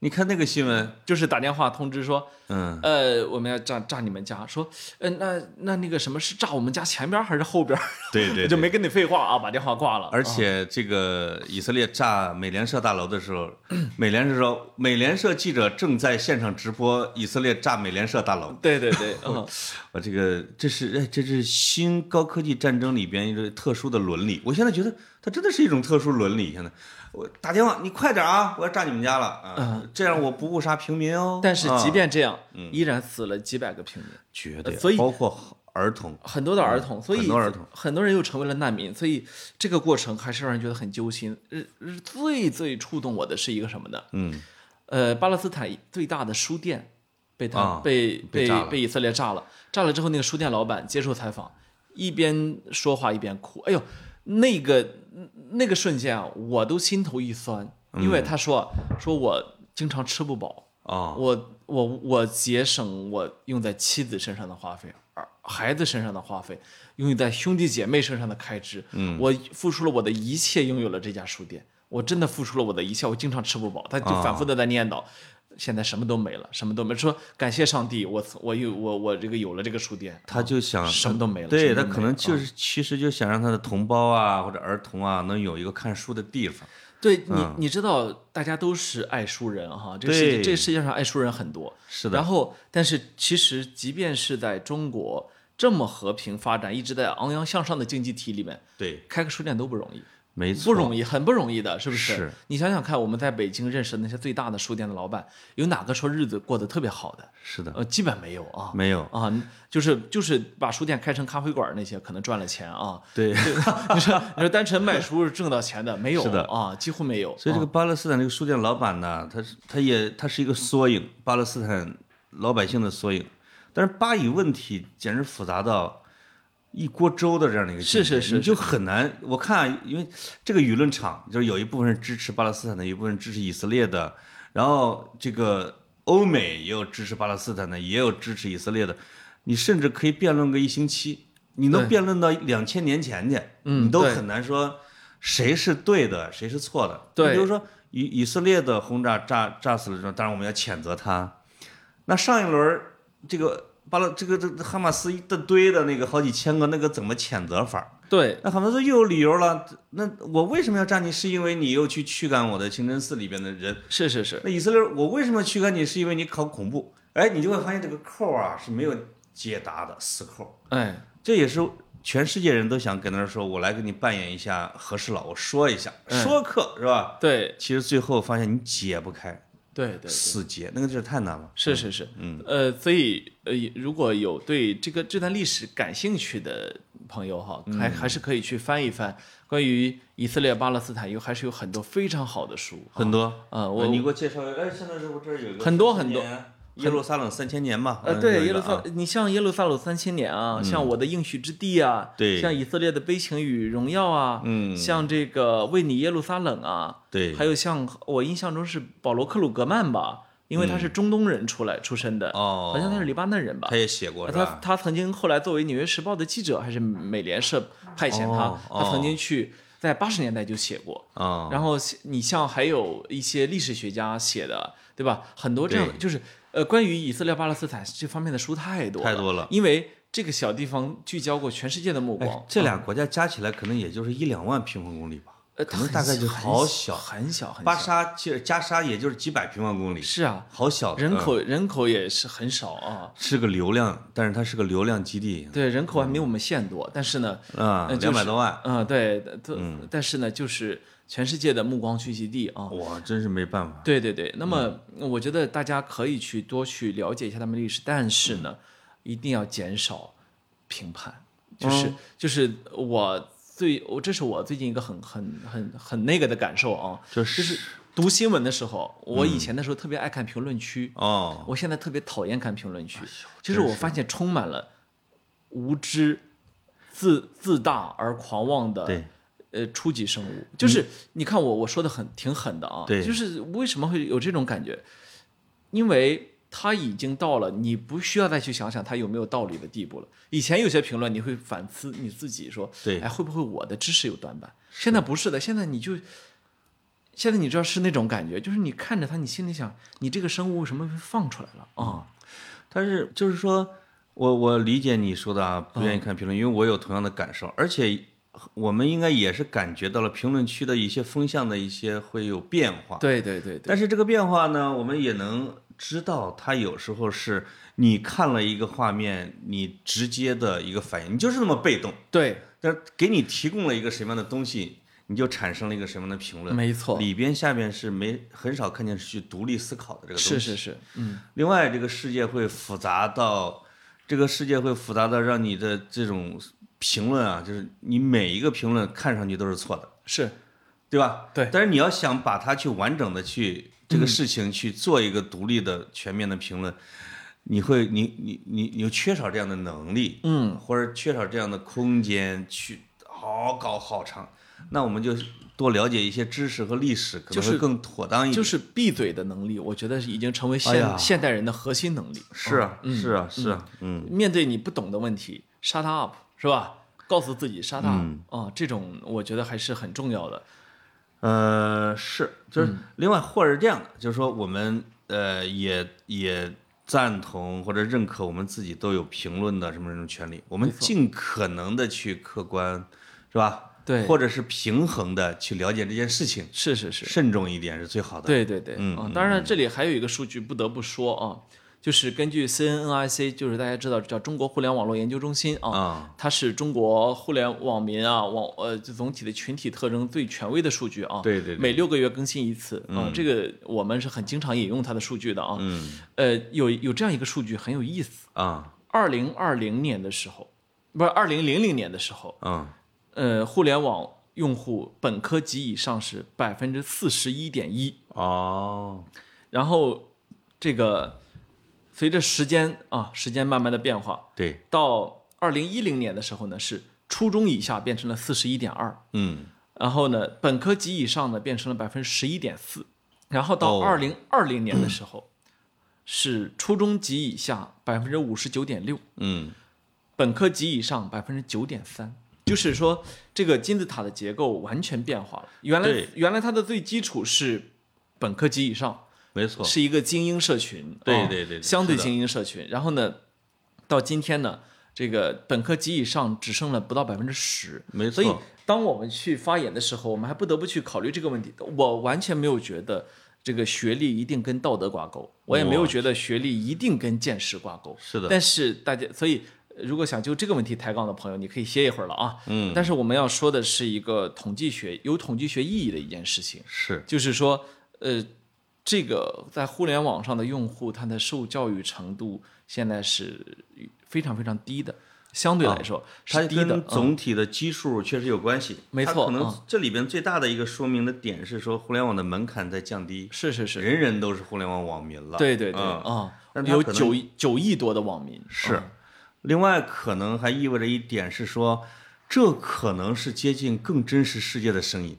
Speaker 2: 你看那个新闻，
Speaker 1: 就是打电话通知说，
Speaker 2: 嗯，
Speaker 1: 呃，我们要炸炸你们家，说，呃，那那那个什么是炸我们家前边还是后边？
Speaker 2: 对
Speaker 1: 我就没跟你废话啊，把电话挂了。
Speaker 2: 而且这个以色列炸美联社大楼的时候，美联社说美联社记者正在现场直播以色列炸美联社大楼。
Speaker 1: 对对对，嗯，
Speaker 2: 我这个这是哎，这是新高科技战争里边一个特殊的伦理。我现在觉得它真的是一种特殊伦理。现在我打电话，你快点啊，我要炸你们家了啊！这样我不误杀平民 哦。
Speaker 1: 嗯但是
Speaker 2: 啊
Speaker 1: 即便这样，依然死了几百个平民，
Speaker 2: 绝对，
Speaker 1: 所以
Speaker 2: 包括儿童，
Speaker 1: 很多的儿童，所以
Speaker 2: 嗯很多儿童
Speaker 1: 很多人又成为了难民，所以这个过程还是让人觉得很揪心。呃，呃最最触动我的是一个什么呢？
Speaker 2: 嗯，
Speaker 1: 呃，巴勒斯坦最大的书店被他、
Speaker 2: 啊
Speaker 1: 被
Speaker 2: 被炸了
Speaker 1: 被以色列炸了，炸了之后，那个书店老板接受采访，一边说话一边哭。哎呦，那个那个瞬间啊，我都心头一酸，因
Speaker 2: 嗯
Speaker 1: 为他说、说我经常吃不饱，
Speaker 2: 哦，
Speaker 1: 我我我节省我用在妻子身上的花费，而孩子身上的花费，用在兄弟姐妹身上的开支，嗯，我付出了我的一切，拥有了这家书店，我真的付出了我的一切，我经常吃不饱，他就
Speaker 2: 啊
Speaker 1: 反复的在念叨。现在什么都没了，什么都没了说感谢上帝，我我有我我这个有了这个书店，
Speaker 2: 他就想
Speaker 1: 什么都没了。什
Speaker 2: 对
Speaker 1: 么
Speaker 2: 他
Speaker 1: 都没
Speaker 2: 可
Speaker 1: 了啊
Speaker 2: 能就是，其实就想让他的同胞啊或者儿童啊能有一个看书的地方。
Speaker 1: 对你你知道，大家都是爱书人哈，这个世界
Speaker 2: 嗯对
Speaker 1: 这个世界上爱书人很多，
Speaker 2: 是
Speaker 1: 然
Speaker 2: 的，
Speaker 1: 后，但是其实，即便是在中国这么和平发展、一直在昂扬向上的经济体里面，
Speaker 2: 对，
Speaker 1: 开个书店都不容易，
Speaker 2: 没错，
Speaker 1: 不容易，很不容易的，是不是？
Speaker 2: 是
Speaker 1: 你想想看，我们在北京认识的那些最大的书店的老板，有哪个说日子过得特别好的？
Speaker 2: 是的，
Speaker 1: 呃，基本没有啊。
Speaker 2: 没有，
Speaker 1: 啊，就是就是把书店开成咖啡馆儿那些，可能赚了钱啊。
Speaker 2: 对。
Speaker 1: 你说你说单纯卖书是挣到钱的，没有
Speaker 2: 是的
Speaker 1: 啊，几乎没有。
Speaker 2: 所以这
Speaker 1: 啊
Speaker 2: 个巴勒斯坦这个书店老板呢，他是他也他是一个缩影，巴勒斯坦老百姓的缩影。但是巴以问题简直复杂到一锅粥的这样的一个境界，
Speaker 1: 是是是
Speaker 2: 你就很难。我看、啊，因为这个舆论场就是有一部分人支持巴勒斯坦的，有一部分人支持以色列的，然后这个欧美也有支持巴勒斯坦的，也有支持以色列的，你甚至可以辩论个一星期，你能
Speaker 1: 对
Speaker 2: 辩论到两千年前去，
Speaker 1: 嗯
Speaker 2: 你都
Speaker 1: 对
Speaker 2: 很难说谁是对的，谁是错的。
Speaker 1: 对
Speaker 2: 比如说以以色列的轰炸炸炸死了之后，当然我们要谴责他。那上一轮儿这个巴勒这个这个哈马斯一大堆的那个好几千个，那个怎么谴责法儿？
Speaker 1: 对
Speaker 2: 那哈马斯又有理由了。那我为什么要炸你？是因为你又去驱赶我的清真寺里边的人。
Speaker 1: 是是是，
Speaker 2: 那以色列，我为什么驱赶你？是因为你搞恐怖。哎，你就会发现这个扣儿啊是没有解答的，死扣儿。
Speaker 1: 哎，
Speaker 2: 这也是全世界人都想跟他说，我来给你扮演一下和事佬，我说一下
Speaker 1: 嗯
Speaker 2: 说客是吧？
Speaker 1: 对
Speaker 2: 其实最后发现你解不开，
Speaker 1: 对对，
Speaker 2: 死结，那个地儿太难了。
Speaker 1: 是是是，嗯，呃，所以呃，如果有对这个这段历史感兴趣的朋友哈，还还是可以去翻一翻关于以色列、巴勒斯坦，有还是有很多非常好的书，
Speaker 2: 很多
Speaker 1: 啊，
Speaker 2: 呃
Speaker 1: 我
Speaker 2: 你给我介绍一下，哎，现在是我这儿有一个
Speaker 1: 很多
Speaker 2: 3000
Speaker 1: 很多
Speaker 2: 年耶路撒冷三千年吧？
Speaker 1: 呃，
Speaker 2: 嗯
Speaker 1: 对，
Speaker 2: 有一
Speaker 1: 耶路
Speaker 2: 个
Speaker 1: 撒
Speaker 2: 啊，
Speaker 1: 你像耶路撒冷三千年啊，像我的应许之地啊，
Speaker 2: 对
Speaker 1: 像以色列的悲情与荣耀啊，
Speaker 2: 嗯
Speaker 1: 像这个为你耶路撒冷啊，
Speaker 2: 对，
Speaker 1: 还有像我印象中是保罗克鲁格曼吧，因为他是中东人出来出身的，
Speaker 2: 哦，
Speaker 1: 好像他是黎巴嫩人吧
Speaker 2: 他。也写过
Speaker 1: 啊
Speaker 2: 是
Speaker 1: 他
Speaker 2: 吧？
Speaker 1: 他曾经后来作为《纽约时报》的记者，还是美联社派遣他，
Speaker 2: 哦哦
Speaker 1: 他曾经去在八十年代就写过，
Speaker 2: 啊，
Speaker 1: 然后写你像还有一些历史学家写的，对吧？很多这样的
Speaker 2: 对
Speaker 1: 就是呃，关于以色列、巴勒斯坦这方面的书太多
Speaker 2: 太多了
Speaker 1: 因为这个小地方聚焦过全世界的目光
Speaker 2: 哎，这俩国家加起来可能也就是一两万平方公里吧，
Speaker 1: 呃，
Speaker 2: 可能
Speaker 1: 很
Speaker 2: 大概就好小
Speaker 1: 很小很小。
Speaker 2: 巴沙其实加沙也就是几百平方公里，
Speaker 1: 是啊，
Speaker 2: 好小的
Speaker 1: 人
Speaker 2: 嗯
Speaker 1: 口人口也是很少啊。
Speaker 2: 是个流量，但是它是个流量基地
Speaker 1: 对，人口还没有我们县多，但是呢，
Speaker 2: 啊，
Speaker 1: 呃就
Speaker 2: 两
Speaker 1: 是
Speaker 2: 百多万，
Speaker 1: 嗯、对，但但是呢，就是全世界的目光聚集地啊。
Speaker 2: 我真是没办法。
Speaker 1: 对对对，那么
Speaker 2: 嗯
Speaker 1: 我觉得大家可以去多去了解一下他们的历史，但是呢，一定要减少评判，
Speaker 2: 哦
Speaker 1: 就是、就是我最我这是我最近一个很很很很那个的感受啊，
Speaker 2: 这嗯
Speaker 1: 就是读新闻的时候，我以前的时候特别爱看评论区，
Speaker 2: 哦，哎
Speaker 1: 我现在特别讨厌看评论区，就是我发现充满了无知、自自大而狂妄的
Speaker 2: 对
Speaker 1: 呃初级生物，就是你看我我说的很挺狠的啊，
Speaker 2: 对
Speaker 1: 就是为什么会有这种感觉？因为他已经到了你不需要再去想想他有没有道理的地步了。以前有些评论你会反思你自己说，
Speaker 2: 对
Speaker 1: 哎会不会我的知识有短板？现在不是的，现在你就。现在你知道是那种感觉，就是你看着他，你心里想，你这个生物为什么被放出来了啊？
Speaker 2: 但是就是说，我我理解你说的啊，不愿意
Speaker 1: 嗯
Speaker 2: 看评论，因为我有同样的感受，而且我们应该也是感觉到了评论区的一些风向的一些会有变化。
Speaker 1: 对对对对，
Speaker 2: 啊但是这个变化呢，我们也能知道，它有时候是你看了一个画面，你直接的一个反应，你就是那么被动，
Speaker 1: 对，
Speaker 2: 但是给你提供了一个什么样的东西，你就产生了一个什么样的评论。
Speaker 1: 没错，
Speaker 2: 里边下边是没很少看见是去独立思考的这个东西。
Speaker 1: 是是是，嗯，
Speaker 2: 另外，这个世界会复杂到，这个世界会复杂到让你的这种评论啊，就是你每一个评论看上去都是错的，
Speaker 1: 是
Speaker 2: 对嗯吧？
Speaker 1: 对
Speaker 2: 但是你要想把它去完整的去这个事情去做一个独立的、全面的评论，你会，你你你你缺少这样的能力，嗯，或者缺少这样的空间去好搞好长，那我们就多了解一些知识和历史，可
Speaker 1: 就
Speaker 2: 能
Speaker 1: 是
Speaker 2: 会更妥当一点。嗯
Speaker 1: 就是闭嘴的能力，我觉得是已经成为
Speaker 2: 哎
Speaker 1: 现、
Speaker 2: 呀
Speaker 1: 现代人的核心能力。
Speaker 2: 是啊，是啊，是啊，嗯，
Speaker 1: 面对你不懂的问题，shut up，是吧？告诉自己 shut up，啊、
Speaker 2: 嗯
Speaker 1: 这种我觉得还是很重要的。
Speaker 2: 呃，是，
Speaker 1: 嗯
Speaker 2: 就是另外或者这样的，就是说我们呃也也赞同或者认可我们自己都有评论的什么什么权利，我们尽可能的去客观，是吧？
Speaker 1: 对
Speaker 2: 或者是平衡的去了解这件事情，
Speaker 1: 是是是，
Speaker 2: 慎重一点是嗯最好的。，
Speaker 1: 对对对，啊，当然这里还有一个数据不得不说啊，就是根据 CNNIC，就是大家知道叫中国互联网络研究中心啊，
Speaker 2: 啊
Speaker 1: 它是中国互联网民啊网呃就总体的群体特征最权威的数据啊，
Speaker 2: 对对对嗯
Speaker 1: 每六个月更新一次啊，这个我们是很经常引用它的数据的啊，嗯，呃，有有这样一个数据很有意思，
Speaker 2: 啊
Speaker 1: 二零二零年的时候，不是二零零零年的时候，
Speaker 2: 啊
Speaker 1: 呃，互联网用户本科及以上是百分之四十一点一。
Speaker 2: 哦，
Speaker 1: 然后这个随着时间啊，时间慢慢的变化，
Speaker 2: 对，
Speaker 1: 到二零一零年的时候呢，是初中以下变成了四十一点二，
Speaker 2: 嗯，
Speaker 1: 然后呢，本科及以上呢变成了百分之十一点四，然后到
Speaker 2: 哦
Speaker 1: 二零二零年的时候，是初中及以下百分之五十九点六，
Speaker 2: 嗯，
Speaker 1: 本科及以上百分之九点三。就是说，这个金字塔的结构完全变化了。原来
Speaker 2: 对，
Speaker 1: 原来它的最基础是本科及以上，
Speaker 2: 没错，
Speaker 1: 是一个精英社群，
Speaker 2: 哦对
Speaker 1: 啊
Speaker 2: 对对对
Speaker 1: 相对
Speaker 2: 是的
Speaker 1: 精英社群。然后呢，到今天呢，这个本科及以上只剩了不到百分之十，
Speaker 2: 没错
Speaker 1: 所以当我们去发言的时候，我们还不得不去考虑这个问题。我完全没有觉得这个学历一定跟道德挂钩，我也没有觉得学历一定跟见识挂钩。
Speaker 2: 是的
Speaker 1: 但是大家，所以呃如果想就这个问题抬杠的朋友，你可以歇一会儿了啊。嗯。但是我们要说的是一个统计学有统计学意义的一件事情。
Speaker 2: 是
Speaker 1: 就是说，呃，这个在互联网上的用户，他的受教育程度现在是非常非常低的，相对来说
Speaker 2: 啊它
Speaker 1: 是低的。嗯
Speaker 2: 跟总体的基数确实有关系，
Speaker 1: 没
Speaker 2: 它
Speaker 1: 错嗯
Speaker 2: 可能这里边最大的一个说明的点是说，互联网的门槛在降低，
Speaker 1: 是是是，
Speaker 2: 人人都是互联网网民了。
Speaker 1: 对对对
Speaker 2: 嗯
Speaker 1: 啊，
Speaker 2: 但他
Speaker 1: 有
Speaker 2: 可能
Speaker 1: 九亿九亿多的网民
Speaker 2: 是，另外可能还意味着一点是说，这可能是接近更真实世界的声音，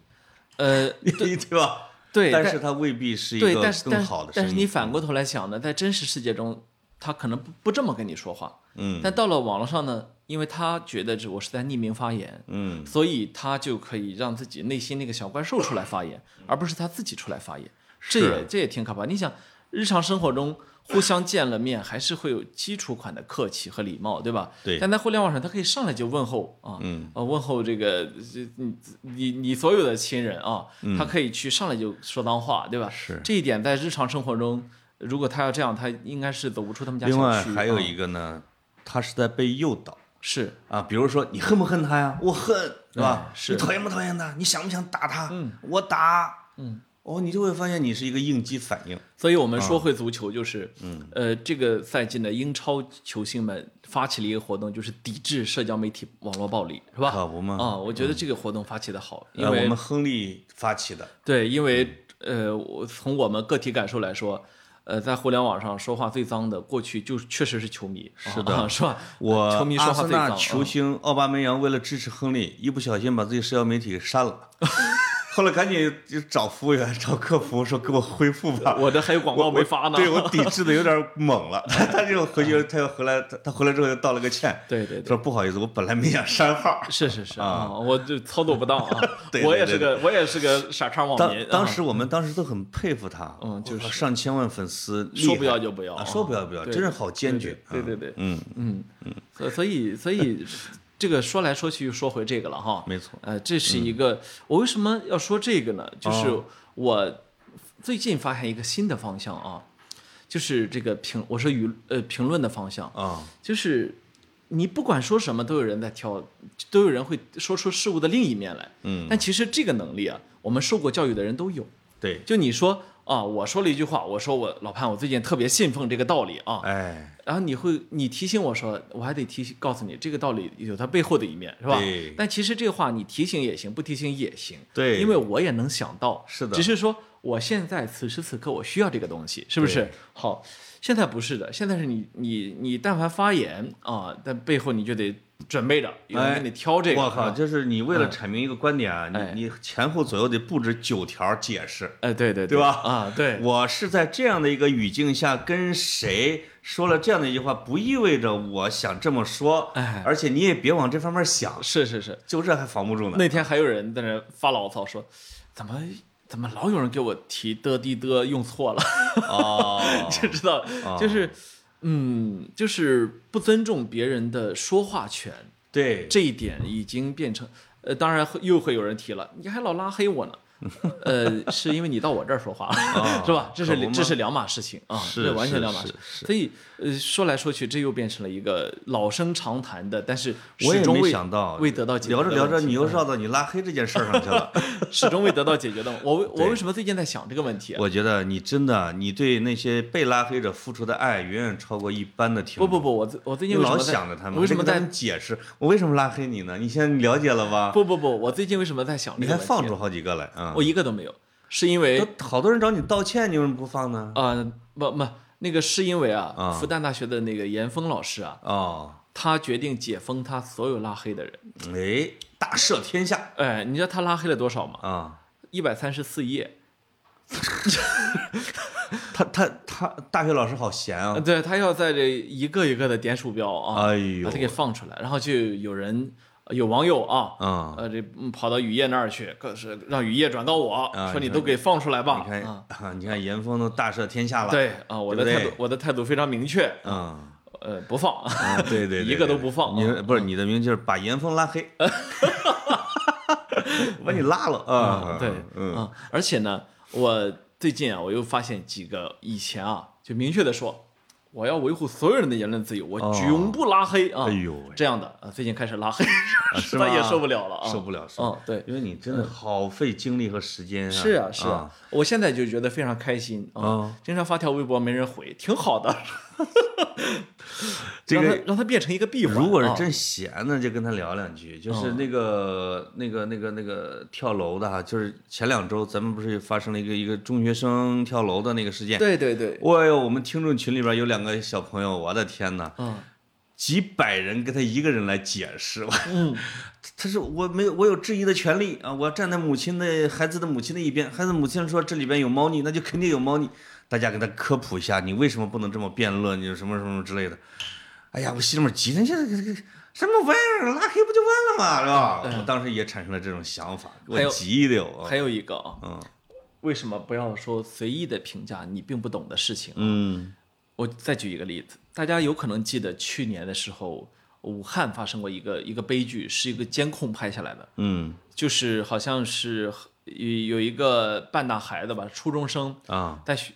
Speaker 1: 呃，
Speaker 2: 对吧？
Speaker 1: 对，
Speaker 2: 但
Speaker 1: 但
Speaker 2: 是它未必是一
Speaker 1: 对，
Speaker 2: 个
Speaker 1: 但是但
Speaker 2: 更
Speaker 1: 是
Speaker 2: 好的声
Speaker 1: 但
Speaker 2: 音。嗯
Speaker 1: 是你反过头来想呢，在真实世界中，他可能不不这么跟你说话，
Speaker 2: 嗯
Speaker 1: 但到了网络上呢，因为他觉得这我是在匿名发言，
Speaker 2: 嗯，
Speaker 1: 所以他就可以让自己内心那个小怪兽出来发言，
Speaker 2: 嗯
Speaker 1: 而不是他自己出来发言。这也这也挺可怕。你想，日常生活中互相见了面，还是会有基础款的客气和礼貌，对吧？
Speaker 2: 对
Speaker 1: 但在互联网上，他可以上来就问候啊，
Speaker 2: 嗯
Speaker 1: 呃，问候这个这你你你所有的亲人啊，他可以去上来就说脏话，对吧？
Speaker 2: 嗯是
Speaker 1: 这一点在日常生活中，如果他要这样，他应该是走不出他们家小
Speaker 2: 另
Speaker 1: 区啊。
Speaker 2: 外还有一个呢，他是在被诱导
Speaker 1: 是
Speaker 2: 啊，比如说你恨不恨他呀？我恨，是吧？
Speaker 1: 嗯是
Speaker 2: 你讨厌不讨厌他？你想不想打他？我打。嗯，哦，你就会发现你是一个应激反应。
Speaker 1: 所以我们
Speaker 2: 啊
Speaker 1: 说回足球，就是，嗯，呃，这个赛季呢，英超球星们发起了一个活动，就是抵制社交媒体网络暴力，是吧？
Speaker 2: 可不嘛
Speaker 1: 啊，我觉得这个活动发起的好，因
Speaker 2: 呃我
Speaker 1: 为
Speaker 2: 们亨利发起的，
Speaker 1: 对，因为呃，我从我们个体感受来说，呃，在互联网上说话最脏的，过去就确实是球迷，是的，是吧？啊
Speaker 2: 我
Speaker 1: 呃球迷说
Speaker 2: 阿
Speaker 1: 话
Speaker 2: 森
Speaker 1: 最脏嗯
Speaker 2: 纳，球星奥巴梅扬为了支持亨利，一不小心把自己社交媒体给删了， 后来赶紧就找服务员、 找客服说给我恢复 吧。
Speaker 1: 我的还有广告没发呢，
Speaker 2: 对我抵制的有点 猛了，他他就回去，他又回来，他他回来之后又道了个歉，
Speaker 1: 对对对
Speaker 2: 说不好意思，我本来没想删号。
Speaker 1: 是是是啊，我就操作不当啊
Speaker 2: 对，对
Speaker 1: 我也是
Speaker 2: 对
Speaker 1: 个我也是个傻叉网
Speaker 2: 当
Speaker 1: 民，
Speaker 2: 当
Speaker 1: 啊
Speaker 2: 时我们当时都很佩服他，
Speaker 1: 嗯就是
Speaker 2: 哇上千万粉丝，厉害
Speaker 1: 说不要就不要嗯
Speaker 2: 啊，说不要不要，
Speaker 1: 对
Speaker 2: 真是好坚决，
Speaker 1: 对
Speaker 2: 啊
Speaker 1: 对对，
Speaker 2: 嗯，
Speaker 1: 嗯，所所以所以这个说来说去又说回这个了哈，
Speaker 2: 没错，嗯
Speaker 1: 呃，这是一个、我为什么要说这个呢？
Speaker 2: 哦
Speaker 1: 就是我最近发现一个新的方向啊，就是这个评，我说舆呃评论的方向，
Speaker 2: 啊，
Speaker 1: 就是你不管说什么，都有人在挑，都有人会说出事物的另一面来。
Speaker 2: 嗯，
Speaker 1: 但其实这个能力啊，我们受过教育的人都有。
Speaker 2: 对，
Speaker 1: 就你说啊，我说了一句话，我说我老潘，我最近特别信奉这个道理啊，
Speaker 2: 哎，
Speaker 1: 然后你会，你提醒我说，我还得提醒告诉你，这个道理有它背后的一面，是吧
Speaker 2: 对？
Speaker 1: 但其实这话你提醒也行，不提醒也行，
Speaker 2: 对
Speaker 1: 因为我也能想到，
Speaker 2: 是的
Speaker 1: 只是说我现在此时此刻我需要这个东西，是不是
Speaker 2: 对？
Speaker 1: 好，现在不是的，现在是你你你但凡发言啊，但背后你就得准备着，有人
Speaker 2: 哎
Speaker 1: 给你挑哦这个，
Speaker 2: 我
Speaker 1: 是
Speaker 2: 靠，
Speaker 1: 吧，
Speaker 2: 就是你为了阐明一个观点啊，
Speaker 1: 哎
Speaker 2: 你你前后左右得布置九条解释。
Speaker 1: 哎，对对
Speaker 2: 对吧
Speaker 1: 啊，对，
Speaker 2: 我是在这样的一个语境下跟谁说了这样的一句话，不意味着我想这么说，
Speaker 1: 哎
Speaker 2: 而且你也别往这方面想，
Speaker 1: 是是是，
Speaker 2: 就这还防不住呢。
Speaker 1: 那天还有人在那发牢骚说，怎么怎么老有人给我提的的的用错了。
Speaker 2: 哦，
Speaker 1: 就知道，就是，嗯，就是不尊重别人的说话权，
Speaker 2: 对，
Speaker 1: 这一点已经变成，呃，当然会又会有人提了，你还老拉黑 我呢，呃，是因为你到我这儿说话了， 是吧？这
Speaker 2: 啊可不
Speaker 1: 是
Speaker 2: 吗
Speaker 1: 这是两码事情啊，
Speaker 2: 是
Speaker 1: 这完全
Speaker 2: 是
Speaker 1: 两码事。
Speaker 2: 是
Speaker 1: 所以，呃，说来说去，这又变成了一个老生常谈的，但是
Speaker 2: 我
Speaker 1: 始
Speaker 2: 也
Speaker 1: 终
Speaker 2: 没
Speaker 1: 未
Speaker 2: 想到，
Speaker 1: 未得到解决
Speaker 2: 聊着
Speaker 1: 的
Speaker 2: 聊
Speaker 1: 问
Speaker 2: 着，
Speaker 1: 题
Speaker 2: 你又绕到你拉黑这件事儿上 去了。
Speaker 1: 始终未得到解决的。我为我
Speaker 2: 对
Speaker 1: 为什么最近在想这个问题啊？
Speaker 2: 我觉得你真的，你对那些被拉黑者付出的爱远远超过一般的听
Speaker 1: 不
Speaker 2: 众。
Speaker 1: 不不，我最我最
Speaker 2: 你
Speaker 1: 近为什
Speaker 2: 老
Speaker 1: 么在
Speaker 2: 想着他们，
Speaker 1: 为什么
Speaker 2: 在
Speaker 1: 在？
Speaker 2: 解释我为什么拉黑你呢？你现在了解了吧？
Speaker 1: 不不不，我最近为什么在想这
Speaker 2: 你
Speaker 1: 个
Speaker 2: 还
Speaker 1: 问题？
Speaker 2: 放出好几个来啊！
Speaker 1: 我一个都没有，是因为
Speaker 2: 都好多人找你道歉，你为什么不放呢？
Speaker 1: 呃不不，那个是因为啊，
Speaker 2: 啊
Speaker 1: 复旦大学的那个严峰老师啊，
Speaker 2: 哦，
Speaker 1: 他决定解封他所有拉黑的人。
Speaker 2: 哎，大赦天下
Speaker 1: 哎，你知道他拉黑了多少吗？
Speaker 2: 啊！
Speaker 1: 一百三十四页。
Speaker 2: 他他他，大学老师好闲
Speaker 1: 呃
Speaker 2: 啊！
Speaker 1: 对他要在这一个一个的点鼠标啊，
Speaker 2: 哎呦
Speaker 1: 把它给放出来，然后就有人有网友啊。
Speaker 2: 啊，
Speaker 1: 呃，这嗯跑到雨夜那儿去，可是让雨夜转告我，
Speaker 2: 啊
Speaker 1: 说
Speaker 2: 你
Speaker 1: 你
Speaker 2: 说
Speaker 1: 都给放出来吧
Speaker 2: 你。看
Speaker 1: 啊，
Speaker 2: 啊， 你看严峰都大赦天下了。
Speaker 1: 对啊，我的
Speaker 2: 对不
Speaker 1: 态
Speaker 2: 对
Speaker 1: 度，我的态度非常明确，
Speaker 2: 嗯，
Speaker 1: 呃，不放。
Speaker 2: 啊，对对对，
Speaker 1: 一个都不放
Speaker 2: 对对
Speaker 1: 啊
Speaker 2: 你不是你的名字就是把严峰 拉黑，我把你拉了啊！
Speaker 1: 对，
Speaker 2: 嗯，
Speaker 1: 啊，而且呢，我最近啊，我又发现几个以前啊，就明确的说，我要维护所有人的言论自由，我
Speaker 2: 哦
Speaker 1: 永不拉黑啊！
Speaker 2: 哎呦喂
Speaker 1: 这样的啊，最近开始拉黑，实
Speaker 2: 是
Speaker 1: 在
Speaker 2: 吧
Speaker 1: 也受不了了啊！
Speaker 2: 受不了，受不了。
Speaker 1: 嗯，对，
Speaker 2: 因为你真的好费精力和时间啊！
Speaker 1: 是啊，是啊，，我现在就觉得非常开心啊！
Speaker 2: 哦
Speaker 1: 经常发条微博没人回，挺好的。
Speaker 2: 这个
Speaker 1: 让它让它变成一个闭环。
Speaker 2: 如果是
Speaker 1: 啊
Speaker 2: 真闲呢，就跟他聊两句。
Speaker 1: 哦
Speaker 2: 就是那个、那个、那个、那个跳楼的哈，就是前两周咱们不是发生了一个一个中学生跳楼的那个事件。
Speaker 1: 对对对，
Speaker 2: 哎呦，我们听众群里边有两个小朋友，我的天哪，
Speaker 1: 嗯
Speaker 2: 几百人跟他一个人来解释，我
Speaker 1: 嗯，
Speaker 2: 他是我没有我有质疑的权利啊，我要站在母亲的孩子的母亲的一边，孩子母亲说这里边有猫腻，那就肯定有猫腻，大家给他科普一下，你为什么不能这么辩论，你什么什么之类的。哎呀，我心里面急，你这这这什么玩意儿，拉黑不就完了嘛，是吧？我当时也产生了这种想法，
Speaker 1: 嗯
Speaker 2: 给
Speaker 1: 还有
Speaker 2: 我急的哟。
Speaker 1: 还有一个啊，
Speaker 2: 哦嗯
Speaker 1: 为什么不要说随意的评价你并不懂的事情？
Speaker 2: 嗯
Speaker 1: 我再举一个例子，大家有可能记得去年的时候，武汉发生过一个一个悲剧，是一个监控拍下来的，
Speaker 2: 嗯
Speaker 1: 就是好像是有有一个半大孩子吧，初中生
Speaker 2: 啊
Speaker 1: 在学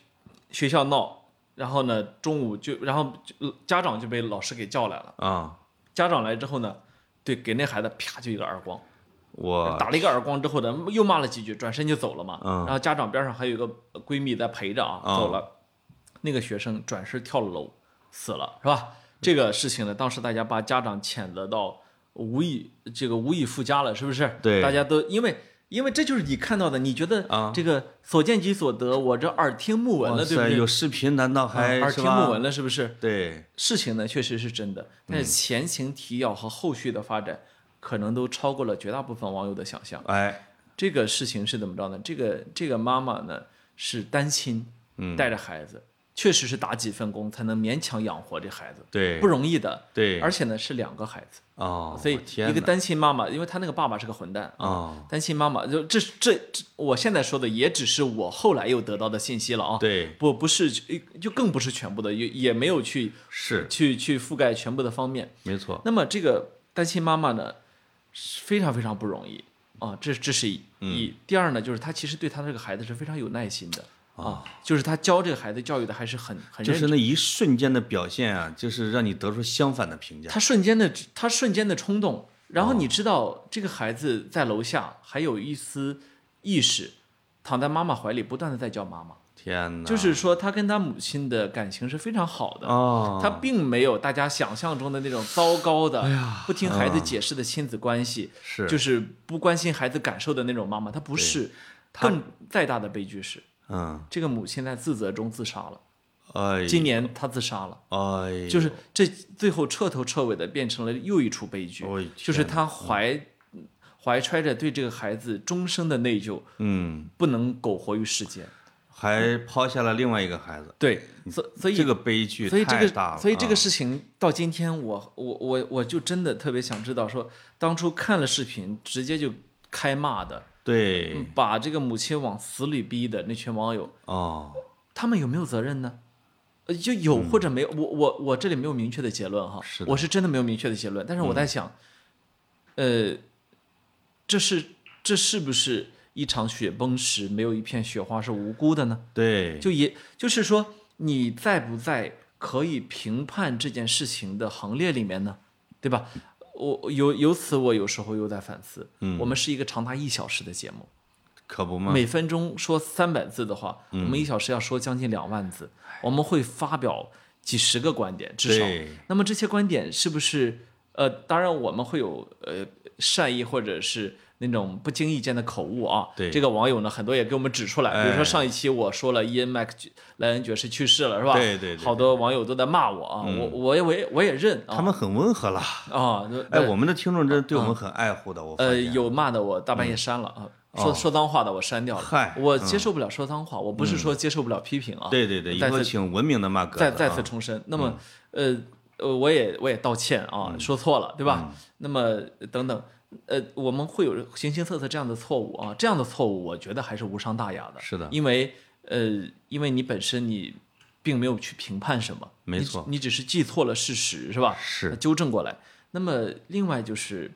Speaker 1: 学校闹。然后呢，中午就，然后就家长就被老师给叫来了。
Speaker 2: 啊，
Speaker 1: 家长来之后呢，对，给那孩子啪就一个耳光。
Speaker 2: 我
Speaker 1: 打了一个耳光之后呢，又骂了几句，转身就走了嘛。
Speaker 2: 啊嗯
Speaker 1: 然后家长边上还有一个闺蜜在陪着啊，
Speaker 2: 嗯
Speaker 1: 走了。那个学生转身跳了楼，死了，是吧？这个事情呢，当时大家把家长谴责到无以这个无以复加了，是不是？
Speaker 2: 对
Speaker 1: 大家都因为因为这就是你看到的，你觉得
Speaker 2: 啊
Speaker 1: 这个所见即所得，我这耳听目闻
Speaker 2: 哇
Speaker 1: 了，对不
Speaker 2: 塞，
Speaker 1: 对？啊
Speaker 2: 有视频难道还
Speaker 1: 耳
Speaker 2: 是
Speaker 1: 听
Speaker 2: 吧
Speaker 1: 目闻了，是不是？
Speaker 2: 对，
Speaker 1: 事情呢确实是真的，但
Speaker 2: 嗯
Speaker 1: 是前情提要和后续的发展，可能都超过了绝大部分网友的想象。
Speaker 2: 哎，
Speaker 1: 这个事情是怎么着呢？这个这个妈妈呢是单亲，
Speaker 2: 嗯
Speaker 1: 带着孩子，确实是打几份工才能勉强养活这孩子，
Speaker 2: 对，
Speaker 1: 不容易的。
Speaker 2: 对，
Speaker 1: 而且呢是两个孩子，
Speaker 2: 哦，
Speaker 1: 所以
Speaker 2: 我天
Speaker 1: 一个
Speaker 2: 哪
Speaker 1: 单亲妈妈，因为她那个爸爸是个混蛋啊，
Speaker 2: 哦，
Speaker 1: 单亲妈妈就这这这，我现在说的也只是我后来又得到的信息了啊，
Speaker 2: 对，
Speaker 1: 不不是就更不是全部的，也也没有去
Speaker 2: 是
Speaker 1: 去去覆盖全部的方面。
Speaker 2: 没错，
Speaker 1: 那么这个单亲妈妈呢，是非常非常不容易啊，这这是一。
Speaker 2: 嗯
Speaker 1: 第二呢，就是她其实对她这个孩子是非常有耐心的啊，就是她教这个孩子教育的还是很很
Speaker 2: 就
Speaker 1: 认
Speaker 2: 是
Speaker 1: 真。
Speaker 2: 那一瞬间的表现啊，就是让你得出相反的评价。
Speaker 1: 她瞬间的她瞬间的冲动，然后
Speaker 2: 哦
Speaker 1: 你知道这个孩子在楼下还有一丝意识，躺在妈妈怀里，不断的在叫妈妈，
Speaker 2: 天哪，
Speaker 1: 就是说她跟她母亲的感情是非常好的。
Speaker 2: 哦，哎
Speaker 1: 他并没有大家想象中的那种糟糕的、不听孩
Speaker 2: 嗯
Speaker 1: 子解释的亲子关系，
Speaker 2: 是
Speaker 1: 就是不关心孩子感受的那种妈妈，她不是。更再大的悲剧是，
Speaker 2: 嗯，
Speaker 1: 这个母亲在自责中自杀了。
Speaker 2: 哎，
Speaker 1: 今年她自杀了，
Speaker 2: 哎，
Speaker 1: 就是这最后彻头彻尾的变成了又一出悲剧
Speaker 2: 哎天，
Speaker 1: 就是她怀怀揣着对这个孩子终生的内疚，
Speaker 2: 嗯，
Speaker 1: 不能苟活于世间。
Speaker 2: 还抛下了另外一个孩子，
Speaker 1: 对，所所以
Speaker 2: 这个悲剧
Speaker 1: 所以这
Speaker 2: 太大
Speaker 1: 个，
Speaker 2: 了，
Speaker 1: 所以这个
Speaker 2: 啊
Speaker 1: 事情到今天我，我我我就真的特别想知道说，当初看了视频直接就开骂的，
Speaker 2: 啊对
Speaker 1: 把这个母亲往死里逼的那群网友，
Speaker 2: 哦，
Speaker 1: 他们有没有责任呢？呃，就有或者没有，我我我这里没有明确的结论哈，
Speaker 2: 嗯是的嗯
Speaker 1: 我是真的没有明确的结论，但是我在想，呃，这是这是不是一场雪崩时没有一片雪花是无辜的呢？
Speaker 2: 对，
Speaker 1: 就也就是说，你在不在可以评判这件事情的行列里面呢？对吧？我由由此我有时候又在反思，嗯，我们是一个长达一小时的节目，
Speaker 2: 可不嘛，
Speaker 1: 每分钟说三百字的话，
Speaker 2: 嗯
Speaker 1: 我们一小时要说将近两万字，我们会发表几十个观点至少。
Speaker 2: 对，
Speaker 1: 那么这些观点是不是呃，当然我们会有呃善意或者是那种不经意间的口误啊。
Speaker 2: 对哎
Speaker 1: 这个网友呢，很多也给我们指出来，比如说上一期我说了伊恩麦克莱恩爵士去世了，是吧？
Speaker 2: 对对对
Speaker 1: 好多网友都在骂我啊，我我也我也我也认
Speaker 2: 他
Speaker 1: 啊
Speaker 2: 们很温和啦。
Speaker 1: 啊。
Speaker 2: 哎，
Speaker 1: 呃
Speaker 2: 我们的听众真的对我们很爱护的，我发
Speaker 1: 嗯呃，
Speaker 2: 现
Speaker 1: 有骂的我大半夜删了啊，说说脏话的我删掉了
Speaker 2: 嗯哦嗨。嗯
Speaker 1: 我接受不了说脏话，我不是说接受不了批评啊。
Speaker 2: 对对对，以
Speaker 1: 再
Speaker 2: 后
Speaker 1: 次
Speaker 2: 请文明的骂哥
Speaker 1: 再
Speaker 2: 子
Speaker 1: 再
Speaker 2: 啊
Speaker 1: 次重申，那么、
Speaker 2: 嗯
Speaker 1: 呃呃，我也我也道歉啊，说错了，对吧？那么等等，呃，我们会有形形色色这样的错误啊，这样的错误，我觉得还是无伤大雅的。
Speaker 2: 是的
Speaker 1: 因为呃，因为你本身你并没有去评判什么，
Speaker 2: 没
Speaker 1: 你
Speaker 2: 错
Speaker 1: 只你只是记错了事实，是吧？
Speaker 2: 是
Speaker 1: 纠正过来。那么另外就是，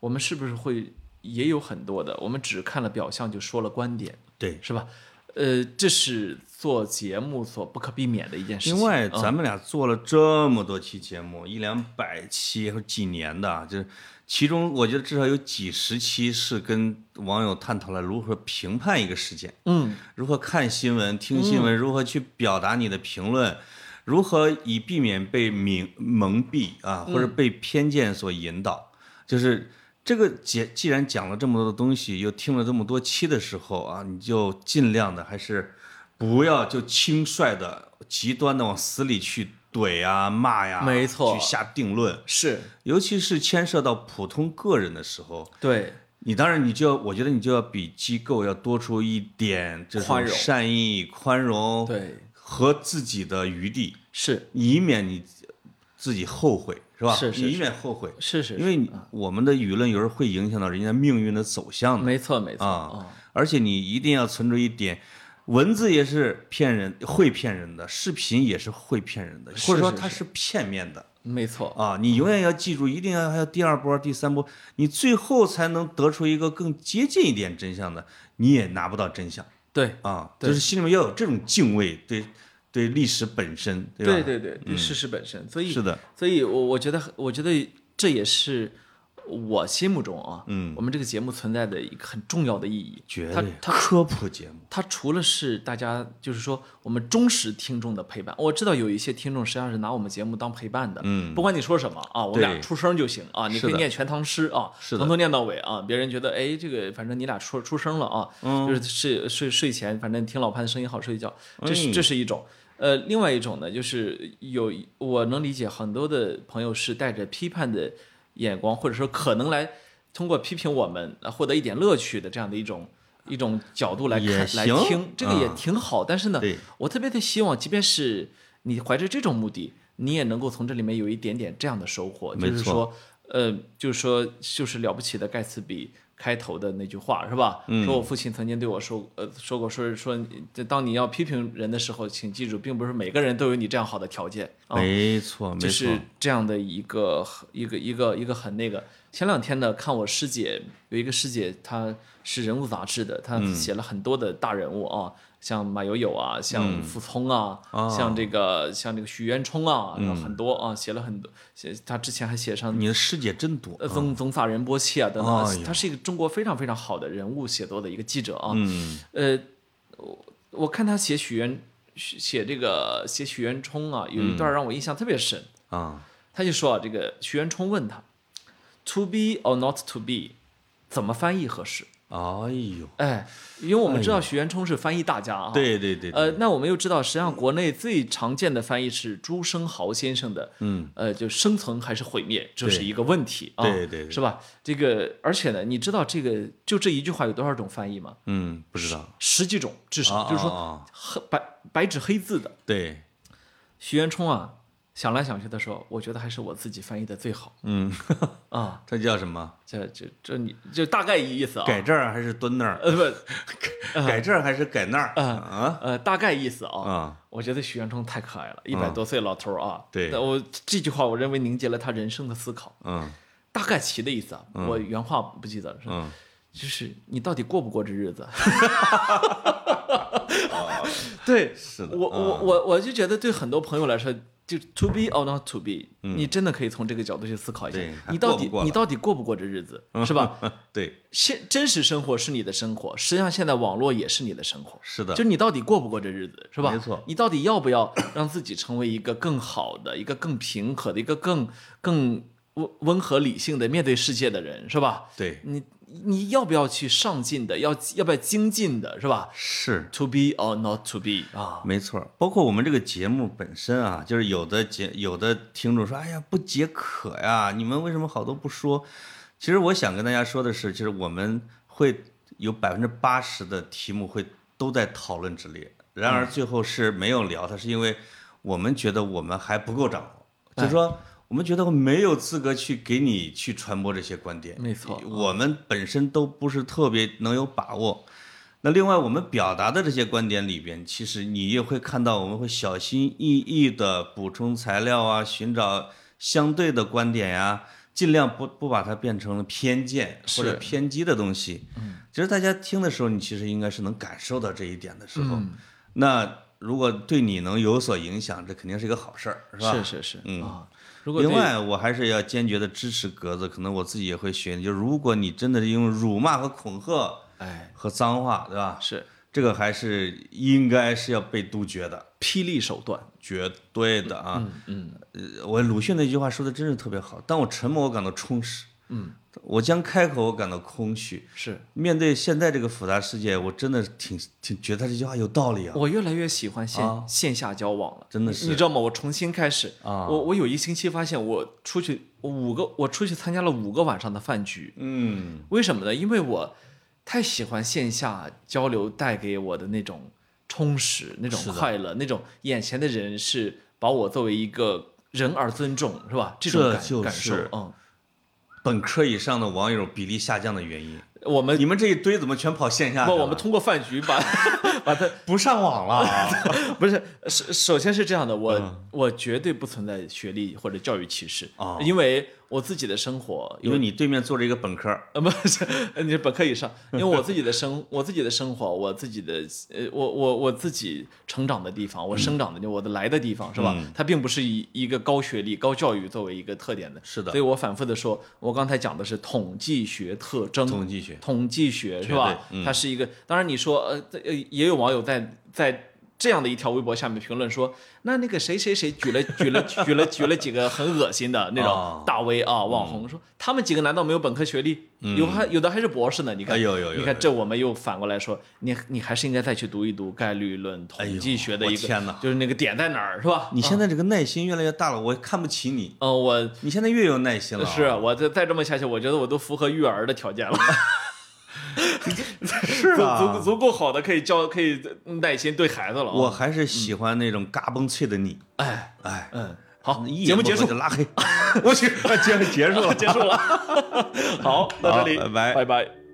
Speaker 1: 我们是不是会也有很多的，我们只看了表象就说了观点，
Speaker 2: 对
Speaker 1: 是吧？呃，这是做节目所不可避免的一件事情。啊嗯
Speaker 2: 另外，咱们俩做了这么多期节目，一两百期或几年的啊，就是其中我觉得至少有几十期是跟网友探讨了如何评判一个事件，
Speaker 1: 嗯，
Speaker 2: 如何看新闻、听新闻，如何去表达你的评论，如何以避免被明蒙蔽啊，
Speaker 1: 嗯
Speaker 2: 或者被偏见所引导，就是。这个既既然讲了这么多的东西，又听了这么多期的时候啊，你就尽量的还是不要就轻率的、极端的往死里去怼啊、骂呀、
Speaker 1: 没错
Speaker 2: 去下定论。
Speaker 1: 是
Speaker 2: 尤其是牵涉到普通个人的时候，
Speaker 1: 对，
Speaker 2: 你当然你就要，我觉得你就要比机构要多出一点这
Speaker 1: 宽
Speaker 2: 种
Speaker 1: 容
Speaker 2: 善意、宽容，
Speaker 1: 对
Speaker 2: 和自己的余地，
Speaker 1: 是
Speaker 2: 以免你自己后悔，是吧？
Speaker 1: 是是
Speaker 2: 以免后悔，
Speaker 1: 是是，嗯
Speaker 2: 因为你我们的舆论有时候会影响到人家命运的走向的
Speaker 1: 没错没错
Speaker 2: 啊、
Speaker 1: 嗯
Speaker 2: 而且你一定要存着一点。文字也是骗人，会骗人的；视频也是会骗人的，
Speaker 1: 是
Speaker 2: 或者说
Speaker 1: 是
Speaker 2: 它是片面的。
Speaker 1: 没错，
Speaker 2: 啊，你永远要记住，一定要还有第二波、第三波，你最后才能得出一个更接近一点真相的，你也拿不到真相
Speaker 1: 对
Speaker 2: 啊。
Speaker 1: 对
Speaker 2: 就是心里面要有这种敬畏，对对历史本身，吧？
Speaker 1: 对对对对，事实本身，所以
Speaker 2: 嗯是的，
Speaker 1: 所以我我觉得，我觉得这也是我心目中啊，
Speaker 2: 嗯，
Speaker 1: 我们这个节目存在的一个很重要的意义。
Speaker 2: 绝
Speaker 1: 它
Speaker 2: 对
Speaker 1: 它
Speaker 2: 科普节目，
Speaker 1: 它除了是大家就是说我们忠实听众的陪伴，我知道有一些听众实际上是拿我们节目当陪伴的，
Speaker 2: 嗯
Speaker 1: 不管你说什么啊，我们俩
Speaker 2: 对
Speaker 1: 出声就行啊，你
Speaker 2: 是
Speaker 1: 可以
Speaker 2: 的
Speaker 1: 念全唐诗啊，
Speaker 2: 是的
Speaker 1: 从头念到尾啊，别人觉得哎这个反正你俩说出声了啊，
Speaker 2: 嗯
Speaker 1: 就是睡睡睡前反正听老潘的声音好睡觉，这是
Speaker 2: 哎
Speaker 1: 这是一种。呃，另外一种呢，就是有我能理解很多的朋友是带着批判的眼光，或者说可能来通过批评我们呃获得一点乐趣的这样的一种一种角度来
Speaker 2: 也
Speaker 1: 看来
Speaker 2: 行
Speaker 1: 听，这个也
Speaker 2: 啊
Speaker 1: 挺好。但是呢
Speaker 2: 对，
Speaker 1: 我特别的希望，即便是你怀着这种目的，你也能够从这里面有一点点这样的收获，
Speaker 2: 没
Speaker 1: 就是
Speaker 2: 错
Speaker 1: 说，呃，就是说，就是了不起的盖茨比。开头的那句话是吧？
Speaker 2: 嗯
Speaker 1: 说我父亲曾经对我说，呃，说过说说，这当你要批评人的时候，请记住，并不是每个人都有你这样好的条件啊。
Speaker 2: 没错，没
Speaker 1: 就
Speaker 2: 错
Speaker 1: 是，这样的一个一个一个一个很那个。前两天呢，看我师姐有一个师姐，她是人物杂志的，她
Speaker 2: 嗯
Speaker 1: 写了很多的大人物啊，像马友友啊，
Speaker 2: 嗯
Speaker 1: 像傅聪啊，
Speaker 2: 啊
Speaker 1: 像这个像这个许渊冲啊，然后很多啊，写了很多。写她之前还写上
Speaker 2: 嗯你的哦师姐真多啊
Speaker 1: 呃，宗宗萨仁波切啊等等啊
Speaker 2: 哎，呦
Speaker 1: 他是一个中国非常非常好的人物写作的一个记者啊。
Speaker 2: 嗯，
Speaker 1: 呃，我我看他写许渊写写这个写许渊冲啊，有
Speaker 2: 嗯
Speaker 1: 一段让我印象特别深。
Speaker 2: 啊，
Speaker 1: 他就说啊，这个徐元冲问他，to be or not to be，怎么翻译合适？
Speaker 2: 哎呦，
Speaker 1: 哎，因为我们知道徐元冲是翻译大家啊。。
Speaker 2: 对对对，对
Speaker 1: 呃，那我们又知道，实际上国内最常见的翻译是朱生豪先生的，
Speaker 2: 嗯，
Speaker 1: 呃，就生存还是毁灭，这是一个问题啊，
Speaker 2: 对对对
Speaker 1: 是吧？这个，而且呢，你知道这个就这一句话有多少种翻译吗？
Speaker 2: 嗯，不知道，
Speaker 1: 十几种至少，
Speaker 2: 啊
Speaker 1: 就是
Speaker 2: 啊
Speaker 1: 说
Speaker 2: 啊
Speaker 1: 黑白白纸黑字的。
Speaker 2: 对，
Speaker 1: 徐元冲啊，想来想去的时候，我觉得还是我自己翻译的最好
Speaker 2: 嗯，
Speaker 1: 啊。
Speaker 2: 这叫什么？
Speaker 1: 这这这你就大概意思啊，
Speaker 2: 改这儿还是蹲那儿？
Speaker 1: 呃不
Speaker 2: 改这儿还是改那儿？啊
Speaker 1: 呃大概意思啊。
Speaker 2: 啊，
Speaker 1: 我觉得许渊冲太可爱了，一百多岁老头儿啊。
Speaker 2: 嗯对
Speaker 1: 那我这句话我认为凝结了他人生的思考，
Speaker 2: 嗯
Speaker 1: 大概其的意思啊，我原话不记得了，是
Speaker 2: 嗯。
Speaker 1: 就是你到底过不过这日 子？对，
Speaker 2: 是的
Speaker 1: 我我
Speaker 2: 啊
Speaker 1: 我我就觉得对很多朋友来说，就 to be or not to be，你真的可以从这个角度去思考一下
Speaker 2: 嗯对，
Speaker 1: 你到
Speaker 2: 还过
Speaker 1: 底
Speaker 2: 不过
Speaker 1: 你
Speaker 2: 了嗯
Speaker 1: 到底过不过这日子，是吧？
Speaker 2: 对，
Speaker 1: 现真实生活是你的生活，实际上现在网络也是你的生活，
Speaker 2: 是的
Speaker 1: 就，你到底过不过这日子，是吧？
Speaker 2: 没错
Speaker 1: 你到底要不要让自己成为一个更好的、一个更平和的、一个更更温温和理性的面对世界的人，是吧？
Speaker 2: 对，
Speaker 1: 你你要不要去上进的，要要不要精进的，是吧
Speaker 2: 是
Speaker 1: ？To be or not to be 啊，
Speaker 2: 没错儿。包括我们这个节目本身啊，就是有的节有的听众说：“哎呀，不解渴呀，你们为什么好多不说？”其实我想跟大家说的是，就是我们会有百分之八十的题目会都在讨论之列，然
Speaker 1: 嗯
Speaker 2: 而最后是没有聊它，是因为我们觉得我们还不够掌握，就是说。我们觉得我没有资格去给你去传播这些观点，
Speaker 1: 没错
Speaker 2: 我们本身都不是特别能有把握。那另外，我们表达的这些观点里边，其实你也会看到，我们会小心翼翼的补充材料啊，寻找相对的观点呀、尽量不不把它变成了偏见或者
Speaker 1: 是嗯
Speaker 2: 偏激的东西。其实大家听的时候，你其实应该是能感受到这一点的时候，
Speaker 1: 嗯
Speaker 2: 那如果对你能有所影响，这肯定是一个好事儿，是吧？
Speaker 1: 是是是，嗯啊，如果
Speaker 2: 另
Speaker 1: 对
Speaker 2: 外，我还是要坚决的支持格子，可能我自己也会学。就如果你真的是用辱骂和恐吓
Speaker 1: 哎
Speaker 2: 和脏话，对吧？
Speaker 1: 是
Speaker 2: 这个还是应该是要被杜绝的，
Speaker 1: 霹雳手段，
Speaker 2: 绝对的啊。嗯，呃我鲁迅那句话说的真是特别好：当我沉默，我感到充实；
Speaker 1: 嗯，
Speaker 2: 我将开口，我感到空虚。
Speaker 1: 是
Speaker 2: 面对现在这个复杂世界，我真的挺挺觉得他这句话有道理啊。
Speaker 1: 我越来越喜欢线、
Speaker 2: 啊
Speaker 1: 线下交往了，
Speaker 2: 真的
Speaker 1: 你
Speaker 2: 是
Speaker 1: 你知道吗？我重新开始
Speaker 2: 啊
Speaker 1: 我我有一星期发现我出去我五个，我出去参加了五个晚上的饭局，
Speaker 2: 嗯，
Speaker 1: 为什么呢？因为我太喜欢线下交流带给我的那种充实、那种
Speaker 2: 是的
Speaker 1: 快乐、那种眼前的人是把我作为一个人而尊重，是吧？这
Speaker 2: 这
Speaker 1: 种感
Speaker 2: 就是
Speaker 1: 感受，嗯，
Speaker 2: 本科以上的网友比例下降的原因，
Speaker 1: 我们
Speaker 2: 你们这一堆怎么全跑线下去
Speaker 1: 不，
Speaker 2: 了？
Speaker 1: 我们通过饭局 把把它
Speaker 2: 不上网了啊！
Speaker 1: 不是，首首先是这样的，我、我绝对不存在学历或者教育歧视，
Speaker 2: 嗯哦
Speaker 1: 因为我自己的生活
Speaker 2: 因为你对面坐着一个本科儿，
Speaker 1: 呃，不是，你是本科以上，因为我自己的生，我自己的生活，我自己的，呃，我我我自己成长的地方，我
Speaker 2: 嗯
Speaker 1: 生长的地，我的来的地方，是吧？它并不是以一个高学历、高教育作为一个特点的，
Speaker 2: 是的
Speaker 1: 所以我反复的说，我刚才讲的是统计学特征，
Speaker 2: 统计学
Speaker 1: 统计学是
Speaker 2: 对嗯
Speaker 1: 吧？它是一个，当然你说，呃，这呃也有网友在在。这样的一条微博下面评论说，那那个谁谁谁举了 举了举了举了几个很恶心的那
Speaker 2: 哦
Speaker 1: 种大 V 啊网红，说他们几个难道没有本科学历？有还有的还是博士呢？你看，
Speaker 2: 嗯哎有有有
Speaker 1: 你看这我们又反过来说，你你还是应该再去读一读概率论、统计学的
Speaker 2: 哎我
Speaker 1: 一个，
Speaker 2: 天哪
Speaker 1: 就是那个点在哪儿是吧？
Speaker 2: 你现在这个耐心越来越大了，我看不起你。
Speaker 1: 嗯，我
Speaker 2: 你现在越有耐心了，啊
Speaker 1: 是我再再这么下去，我觉得我都符合育儿的条件了。
Speaker 2: 是
Speaker 1: 足足
Speaker 2: 啊，
Speaker 1: 足够好的，可以教，可以耐心对孩子了。啊
Speaker 2: 我，还是喜欢那种嘎嘣脆的你。
Speaker 1: 哎，
Speaker 2: 哎，
Speaker 1: 哦嗯，好，
Speaker 2: 一
Speaker 1: 节目
Speaker 2: 言不
Speaker 1: 结
Speaker 2: 合
Speaker 1: 束
Speaker 2: 就，拉黑，我去，结结束了。
Speaker 1: 结束了。好，到这里，
Speaker 2: 好拜拜
Speaker 1: 拜拜。